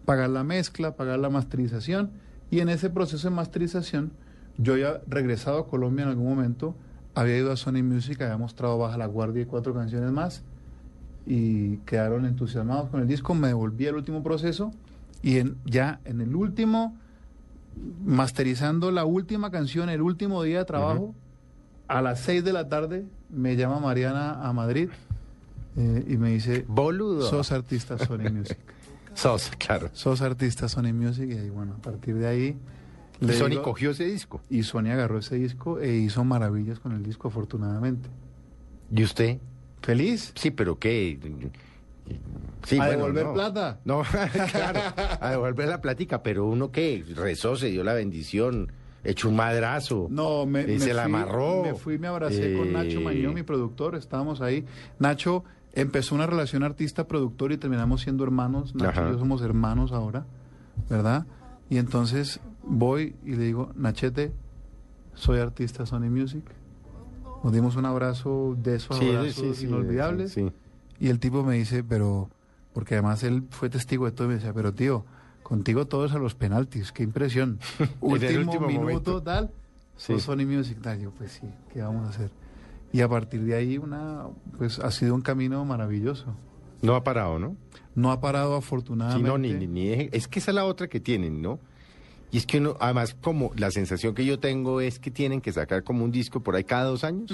Speaker 4: pagar la mezcla, pagar la masterización. Y en ese proceso de masterización, yo había regresado a Colombia en algún momento, había ido a Sony Music, había mostrado Baja la Guardia y cuatro canciones más. Y quedaron entusiasmados con el disco. Me devolví al último proceso. Y en- ya en el último, masterizando la última canción, el último día de trabajo. A las 6 de la tarde me llama Mariana a Madrid eh, y me dice,
Speaker 5: Boludo.
Speaker 4: sos artista Sony Music.
Speaker 5: Sos, claro.
Speaker 4: Sos artista Sony Music y ahí, bueno, a partir de ahí...
Speaker 5: Y
Speaker 4: le
Speaker 5: Sony
Speaker 4: digo-
Speaker 5: cogió ese disco.
Speaker 4: y Sony agarró ese disco e hizo maravillas con el disco, afortunadamente.
Speaker 5: ¿Y usted?
Speaker 4: ¿Feliz?
Speaker 5: Sí, pero ¿qué? Sí,
Speaker 4: A
Speaker 5: bueno,
Speaker 4: devolver
Speaker 5: no.
Speaker 4: plata.
Speaker 5: No, claro, a devolver la plática, pero uno que rezó, se dio la bendición, echó un madrazo.
Speaker 4: No, me,
Speaker 5: y
Speaker 4: me
Speaker 5: se la
Speaker 4: fui,
Speaker 5: amarró.
Speaker 4: Me fui, me abracé
Speaker 5: Eh,
Speaker 4: con Nacho Mañón, mi productor, estábamos ahí. Nacho empezó una relación artista-productor y terminamos siendo hermanos. Nacho
Speaker 5: Ajá.
Speaker 4: y yo somos hermanos ahora, ¿verdad? Y entonces voy y le digo, Nachete, soy artista Sony Music. Nos dimos un abrazo de esos
Speaker 5: Sí,
Speaker 4: abrazos
Speaker 5: sí, sí,
Speaker 4: inolvidables.
Speaker 5: sí, sí.
Speaker 4: Y el tipo me dice, pero, porque además él fue testigo de todo, y me decía, pero tío, contigo todos a los penaltis, qué impresión.
Speaker 5: En el
Speaker 4: último,
Speaker 5: último
Speaker 4: minuto,
Speaker 5: momento.
Speaker 4: tal,
Speaker 5: Sí.
Speaker 4: sí. Sony Music, tal, yo pues sí, ¿qué vamos a hacer? Y a partir de ahí, una, pues ha sido un camino maravilloso.
Speaker 5: No ha parado, ¿no?
Speaker 4: No ha parado
Speaker 5: Sí,
Speaker 4: afortunadamente.
Speaker 5: no, ni, ni- ni deje- Es que esa es la otra que tienen, ¿no? Y es que uno, además, como la sensación que yo tengo es que tienen que sacar como un disco por ahí cada dos años.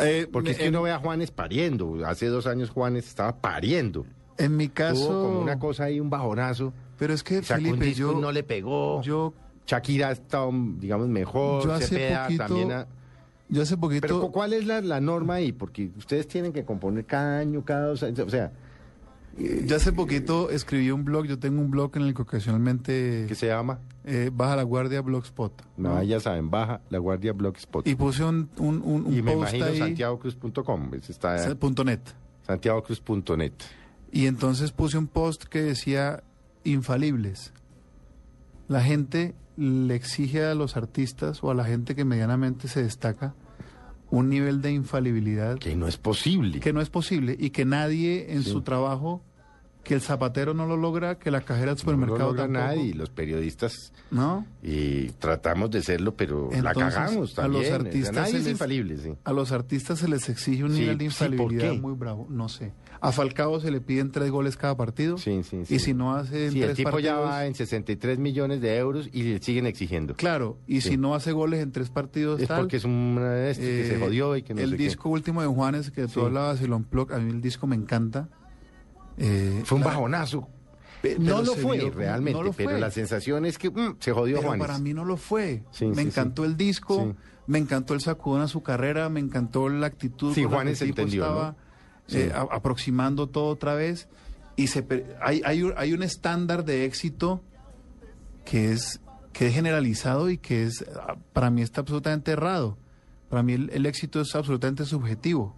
Speaker 4: Eh,
Speaker 5: Porque es que
Speaker 4: en-
Speaker 5: uno ve a Juanes pariendo. Hace dos años Juanes estaba pariendo.
Speaker 4: En mi caso,
Speaker 5: Hubo como una cosa ahí, un bajonazo.
Speaker 4: pero es que
Speaker 5: Sacó un
Speaker 4: Felipe,
Speaker 5: disco y
Speaker 4: yo,
Speaker 5: no le pegó.
Speaker 4: yo,
Speaker 5: Shakira ha estado, digamos, mejor.
Speaker 4: Yo hace
Speaker 5: Cepeda
Speaker 4: poquito-
Speaker 5: también ha-
Speaker 4: yo hace poquito...
Speaker 5: Pero ¿cu- ¿cuál es la, la norma ahí? Porque ustedes tienen que componer cada año, cada dos años. O sea,
Speaker 4: eh, Yo hace poquito escribí un blog, yo tengo un blog en el que ocasionalmente
Speaker 5: que se llama,
Speaker 4: eh, baja la guardia blogspot.
Speaker 5: no, ya saben, baja la guardia blogspot.
Speaker 4: Y puse un, un, un, un
Speaker 5: Y me
Speaker 4: post
Speaker 5: imagino
Speaker 4: ahí,
Speaker 5: santiagocruz.com, ese pues, está
Speaker 4: punto net.
Speaker 5: santiagocruz.net.
Speaker 4: Y entonces puse un post que decía infalibles. La gente le exige a los artistas o a la gente que medianamente se destaca un nivel de infalibilidad
Speaker 5: Que no es posible.
Speaker 4: que no es posible y que nadie en su trabajo, que el zapatero no lo logra, que la cajera del
Speaker 5: no lo
Speaker 4: supermercado
Speaker 5: logra
Speaker 4: tampoco.
Speaker 5: nadie, los periodistas
Speaker 4: ¿No?
Speaker 5: y tratamos de serlo, pero la
Speaker 4: Entonces,
Speaker 5: cagamos
Speaker 4: a
Speaker 5: también.
Speaker 4: los
Speaker 5: o sea,
Speaker 4: artistas
Speaker 5: nadie
Speaker 4: se
Speaker 5: es
Speaker 4: les-
Speaker 5: infalible, sí.
Speaker 4: A los artistas se les exige un
Speaker 5: Sí,
Speaker 4: nivel de
Speaker 5: sí, ¿por
Speaker 4: infalibilidad
Speaker 5: qué?
Speaker 4: muy bravo, no sé. A Falcao se le piden tres goles cada partido.
Speaker 5: Sí, sí, sí.
Speaker 4: Y si no hace en
Speaker 5: Sí,
Speaker 4: tres
Speaker 5: el tipo ya
Speaker 4: partidos-
Speaker 5: va en 63 millones de euros y le siguen exigiendo.
Speaker 4: Claro, y
Speaker 5: Sí.
Speaker 4: si no hace goles en tres partidos
Speaker 5: Es
Speaker 4: tal,
Speaker 5: porque es un eh, este que se
Speaker 4: eh,
Speaker 5: jodió y que no
Speaker 4: El
Speaker 5: sé qué.
Speaker 4: disco último de Juanes, que tú
Speaker 5: Sí.
Speaker 4: hablabas, el Unplugged, a mí el disco me encanta. Eh,
Speaker 5: Fue un
Speaker 4: la-
Speaker 5: bajonazo.
Speaker 4: Pe-
Speaker 5: no
Speaker 4: pero
Speaker 5: lo
Speaker 4: se
Speaker 5: fue
Speaker 4: vio-
Speaker 5: realmente,
Speaker 4: no lo
Speaker 5: pero
Speaker 4: fue.
Speaker 5: la sensación es que mm, se jodió
Speaker 4: Pero
Speaker 5: Juanes.
Speaker 4: para mí no lo fue.
Speaker 5: Sí,
Speaker 4: me
Speaker 5: sí,
Speaker 4: encantó el disco,
Speaker 5: Sí.
Speaker 4: me encantó el sacudón a su carrera, me encantó la actitud con
Speaker 5: Sí,
Speaker 4: la que
Speaker 5: Juanes
Speaker 4: el tipo
Speaker 5: entendió, ¿no?
Speaker 4: estaba eh, a- aproximando todo otra vez. Y se per- hay, hay un- hay un estándar de éxito que es, que es generalizado y que es ah, para mí está absolutamente errado. Para mí el, el éxito es absolutamente subjetivo.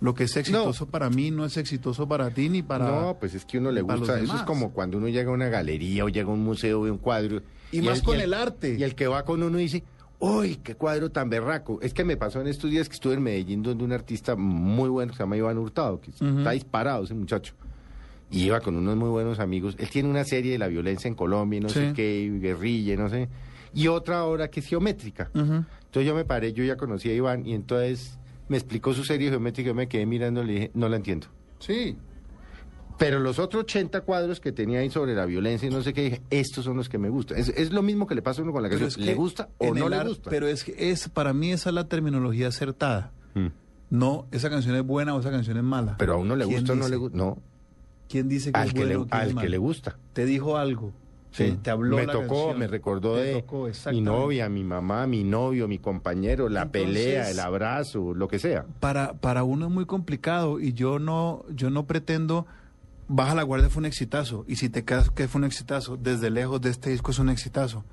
Speaker 4: Lo que es exitoso para mí no es exitoso para ti ni para...
Speaker 5: No, pues es que uno le
Speaker 4: para los
Speaker 5: gusta. Eso es
Speaker 4: demás.
Speaker 5: como cuando uno llega a una galería o llega a un museo ve un cuadro.
Speaker 4: Y más con el arte.
Speaker 5: Y el que va con uno dice, ¡Uy, qué cuadro tan berraco! Es que me pasó en estos días que estuve en Medellín donde un artista muy bueno que se llama Iván Hurtado, que está disparado ese muchacho. Y iba con unos muy buenos amigos. Él tiene una serie de la violencia en Colombia, y no
Speaker 4: Sí.
Speaker 5: sé qué, y guerrilla, y no sé. Y otra obra que es geométrica.
Speaker 4: Ujú.
Speaker 5: Entonces yo me paré, yo ya conocía a Iván, y entonces me explicó su serie geométrica, yo me quedé mirando y le dije, no la entiendo.
Speaker 4: Sí,
Speaker 5: Pero los otros 80 cuadros que tenía ahí sobre la violencia y no sé qué, dije, estos son los que me gustan. Es, es lo mismo que le pasa a uno con la
Speaker 4: Pero
Speaker 5: canción.
Speaker 4: es
Speaker 5: ¿Le
Speaker 4: que
Speaker 5: gusta o
Speaker 4: en
Speaker 5: no
Speaker 4: el
Speaker 5: le
Speaker 4: ar-
Speaker 5: gusta?
Speaker 4: Pero es que es, para mí esa es la terminología acertada.
Speaker 5: Mm.
Speaker 4: No, esa canción es buena o esa canción es mala.
Speaker 5: Pero a uno le
Speaker 4: ¿Quién
Speaker 5: gusta o no
Speaker 4: dice?
Speaker 5: le gusta. No,
Speaker 4: ¿Quién dice que
Speaker 5: al,
Speaker 4: es
Speaker 5: que,
Speaker 4: bueno
Speaker 5: le,
Speaker 4: o quién es
Speaker 5: al que
Speaker 4: malo?
Speaker 5: le gusta.
Speaker 4: Te dijo algo. Te, te habló
Speaker 5: me
Speaker 4: la
Speaker 5: tocó,
Speaker 4: canción,
Speaker 5: me recordó
Speaker 4: te
Speaker 5: de
Speaker 4: tocó,
Speaker 5: mi
Speaker 4: exactamente.
Speaker 5: novia, mi mamá, mi novio, mi compañero, la
Speaker 4: Entonces-
Speaker 5: pelea, el abrazo, lo que sea.
Speaker 4: Para, para uno es muy complicado y yo no, yo no pretendo... Baja la guardia fue un exitazo y si te quedas que fue un exitazo, desde lejos de este disco es un exitazo.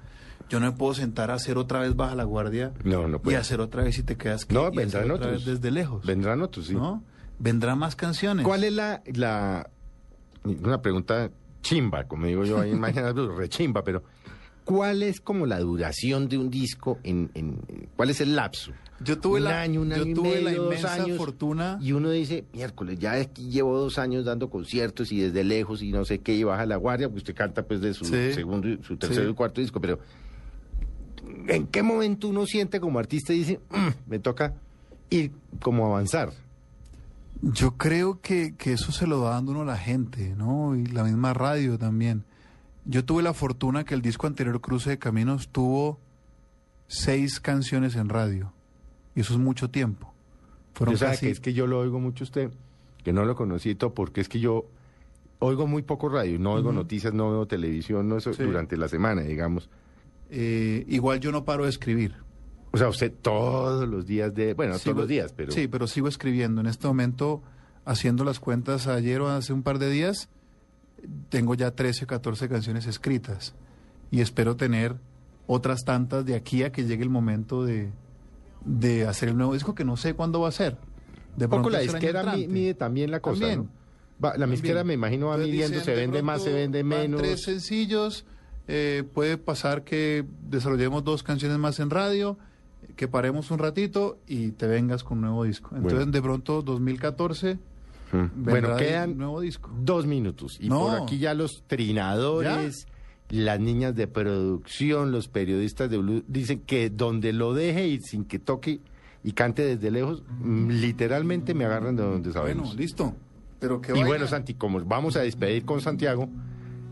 Speaker 4: Yo no me puedo sentar a hacer otra vez Baja la guardia
Speaker 5: No, no
Speaker 4: y
Speaker 5: puede.
Speaker 4: hacer otra vez si te quedas que
Speaker 5: Pues, No,
Speaker 4: y hacer
Speaker 5: vendrán
Speaker 4: otra
Speaker 5: otros.
Speaker 4: vez desde lejos.
Speaker 5: Vendrán otros, sí.
Speaker 4: ¿no? Vendrán más canciones.
Speaker 5: ¿Cuál es la, la- Una pregunta chimba, como digo yo ahí en Mañana Blue, rechimba, pero... ¿Cuál es como la duración de un disco? En, en- ¿Cuál es el lapso?
Speaker 4: Yo tuve
Speaker 5: un
Speaker 4: la-
Speaker 5: año, un
Speaker 4: yo
Speaker 5: año y
Speaker 4: tuve la
Speaker 5: medio, dos
Speaker 4: inmensa
Speaker 5: años,
Speaker 4: fortuna.
Speaker 5: Y uno dice, miércoles, ya aquí llevo dos años dando conciertos y desde lejos y no sé qué, y baja la guardia, porque usted canta pues de su
Speaker 4: Sí.
Speaker 5: segundo, y- su tercero
Speaker 4: Sí.
Speaker 5: y cuarto disco, pero ¿en qué momento uno siente como artista y dice, "Mm, me toca ir como avanzar?
Speaker 4: Yo creo que, que eso se lo va dando uno a la gente, ¿no? Y la misma radio también. Yo tuve la fortuna que el disco anterior, Cruce de Caminos, tuvo seis canciones en radio. Y eso es mucho tiempo. Fueron
Speaker 5: Yo sabe
Speaker 4: casi-
Speaker 5: que es que yo lo oigo mucho a usted, que no lo conocí y todo, porque es que yo oigo muy poco radio, no oigo noticias, no veo televisión, no eso
Speaker 4: Sí.
Speaker 5: durante la semana, digamos.
Speaker 4: eh, igual yo no paro de escribir.
Speaker 5: O sea, usted todos los días de, bueno,
Speaker 4: Sigo-
Speaker 5: todos los días, pero
Speaker 4: Sí, pero sigo escribiendo. En este momento, haciendo las cuentas ayer o hace un par de días, tengo ya 13 o 14 canciones escritas. Y espero tener otras tantas de aquí a que llegue el momento de, de hacer el nuevo disco, que no sé cuándo va a ser. De
Speaker 5: un poco
Speaker 4: pronto
Speaker 5: la
Speaker 4: es el año
Speaker 5: disquera mi-
Speaker 4: entrante.
Speaker 5: mide también la cosa,
Speaker 4: También.
Speaker 5: ¿no? Va, la disquera me imagino va
Speaker 4: Entonces
Speaker 5: midiendo,
Speaker 4: dicen,
Speaker 5: se
Speaker 4: de
Speaker 5: vende más,
Speaker 4: pronto
Speaker 5: se vende
Speaker 4: van
Speaker 5: menos.
Speaker 4: tres sencillos, eh, puede pasar que desarrollemos dos canciones más en radio, que paremos un ratito y te vengas con un nuevo disco. Entonces,
Speaker 5: Bueno.
Speaker 4: de pronto, 2014,
Speaker 5: Mm. Bueno,
Speaker 4: vendrá el
Speaker 5: quedan
Speaker 4: nuevo disco.
Speaker 5: dos minutos y
Speaker 4: No.
Speaker 5: por aquí ya los trinadores, las niñas de producción, los periodistas de Blue dicen que donde lo deje y sin que toque y cante desde lejos, mm, literalmente me agarran de donde sabemos.
Speaker 4: Bueno, listo. Pero que
Speaker 5: Y
Speaker 4: vaya.
Speaker 5: bueno, Santi, como vamos a despedir con Santiago,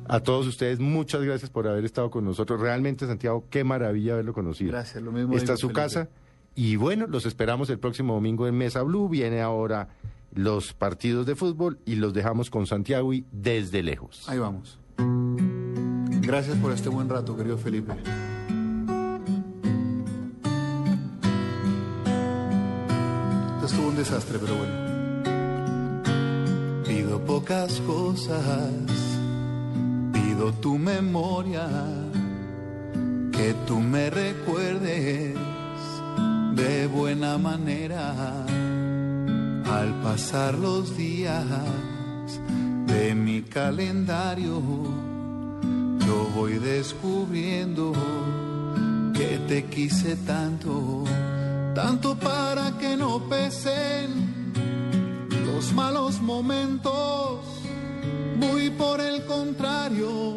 Speaker 5: a todos ustedes muchas gracias por haber estado con nosotros. Realmente, Santiago, qué maravilla haberlo conocido.
Speaker 4: Gracias, lo mismo
Speaker 5: Esta
Speaker 4: digo,
Speaker 5: es su
Speaker 4: Felipe.
Speaker 5: casa. Y bueno, los esperamos el próximo domingo en Mesa Blue. Viene ahora los partidos de fútbol y los dejamos con Santiago y desde lejos.
Speaker 4: Ahí vamos. Gracias por este buen rato, querido Felipe. Esto estuvo un desastre, pero bueno. Pido pido pocas cosas, pido tu memoria, que tú me recuerdes de buena manera al pasar los días de mi calendario. Yo voy descubriendo que te quise tanto, tanto para que no pesen los malos momentos. Muy por el contrario,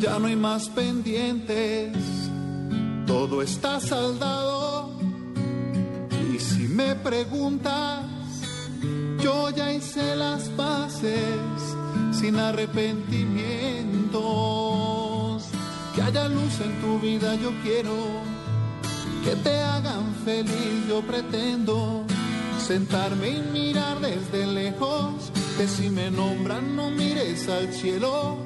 Speaker 4: ya no hay más pendientes. Todo está saldado. Y si me preguntas, yo ya hice las paces sin arrepentimientos. Que haya luz en tu vida, yo quiero que te hagan feliz, yo pretendo sentarme y mirar desde lejos, que si me nombran no mires al cielo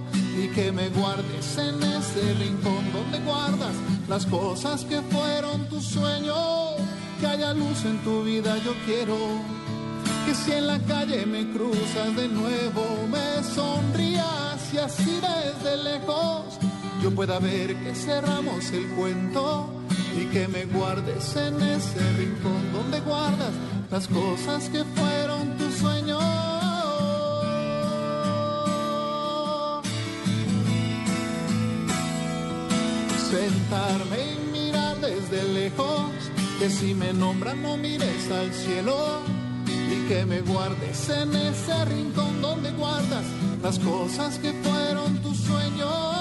Speaker 4: y que me guardes en ese rincón donde guardas las cosas que fueron tus sueños, que haya luz en tu vida yo quiero, que si en la calle me cruzas de nuevo me sonrías y así desde lejos yo pueda ver que cerramos el cuento y que me guardes en ese rincón donde guardas las cosas que fueron tus sueños. Sentarme y mirar desde lejos, que si me nombran no mires al cielo y que me guardes en ese rincón donde guardas las cosas que fueron tus sueños.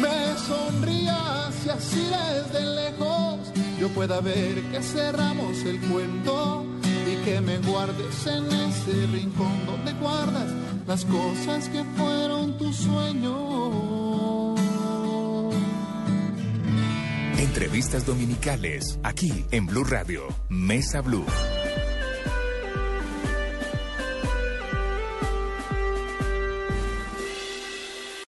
Speaker 4: me sonrías y así desde lejos yo pueda ver que cerramos el cuento y que me guardes en ese rincón donde guardas las cosas que fueron tus sueños.
Speaker 3: Entrevistas dominicales, aquí en Blue Radio, Mesa Blue.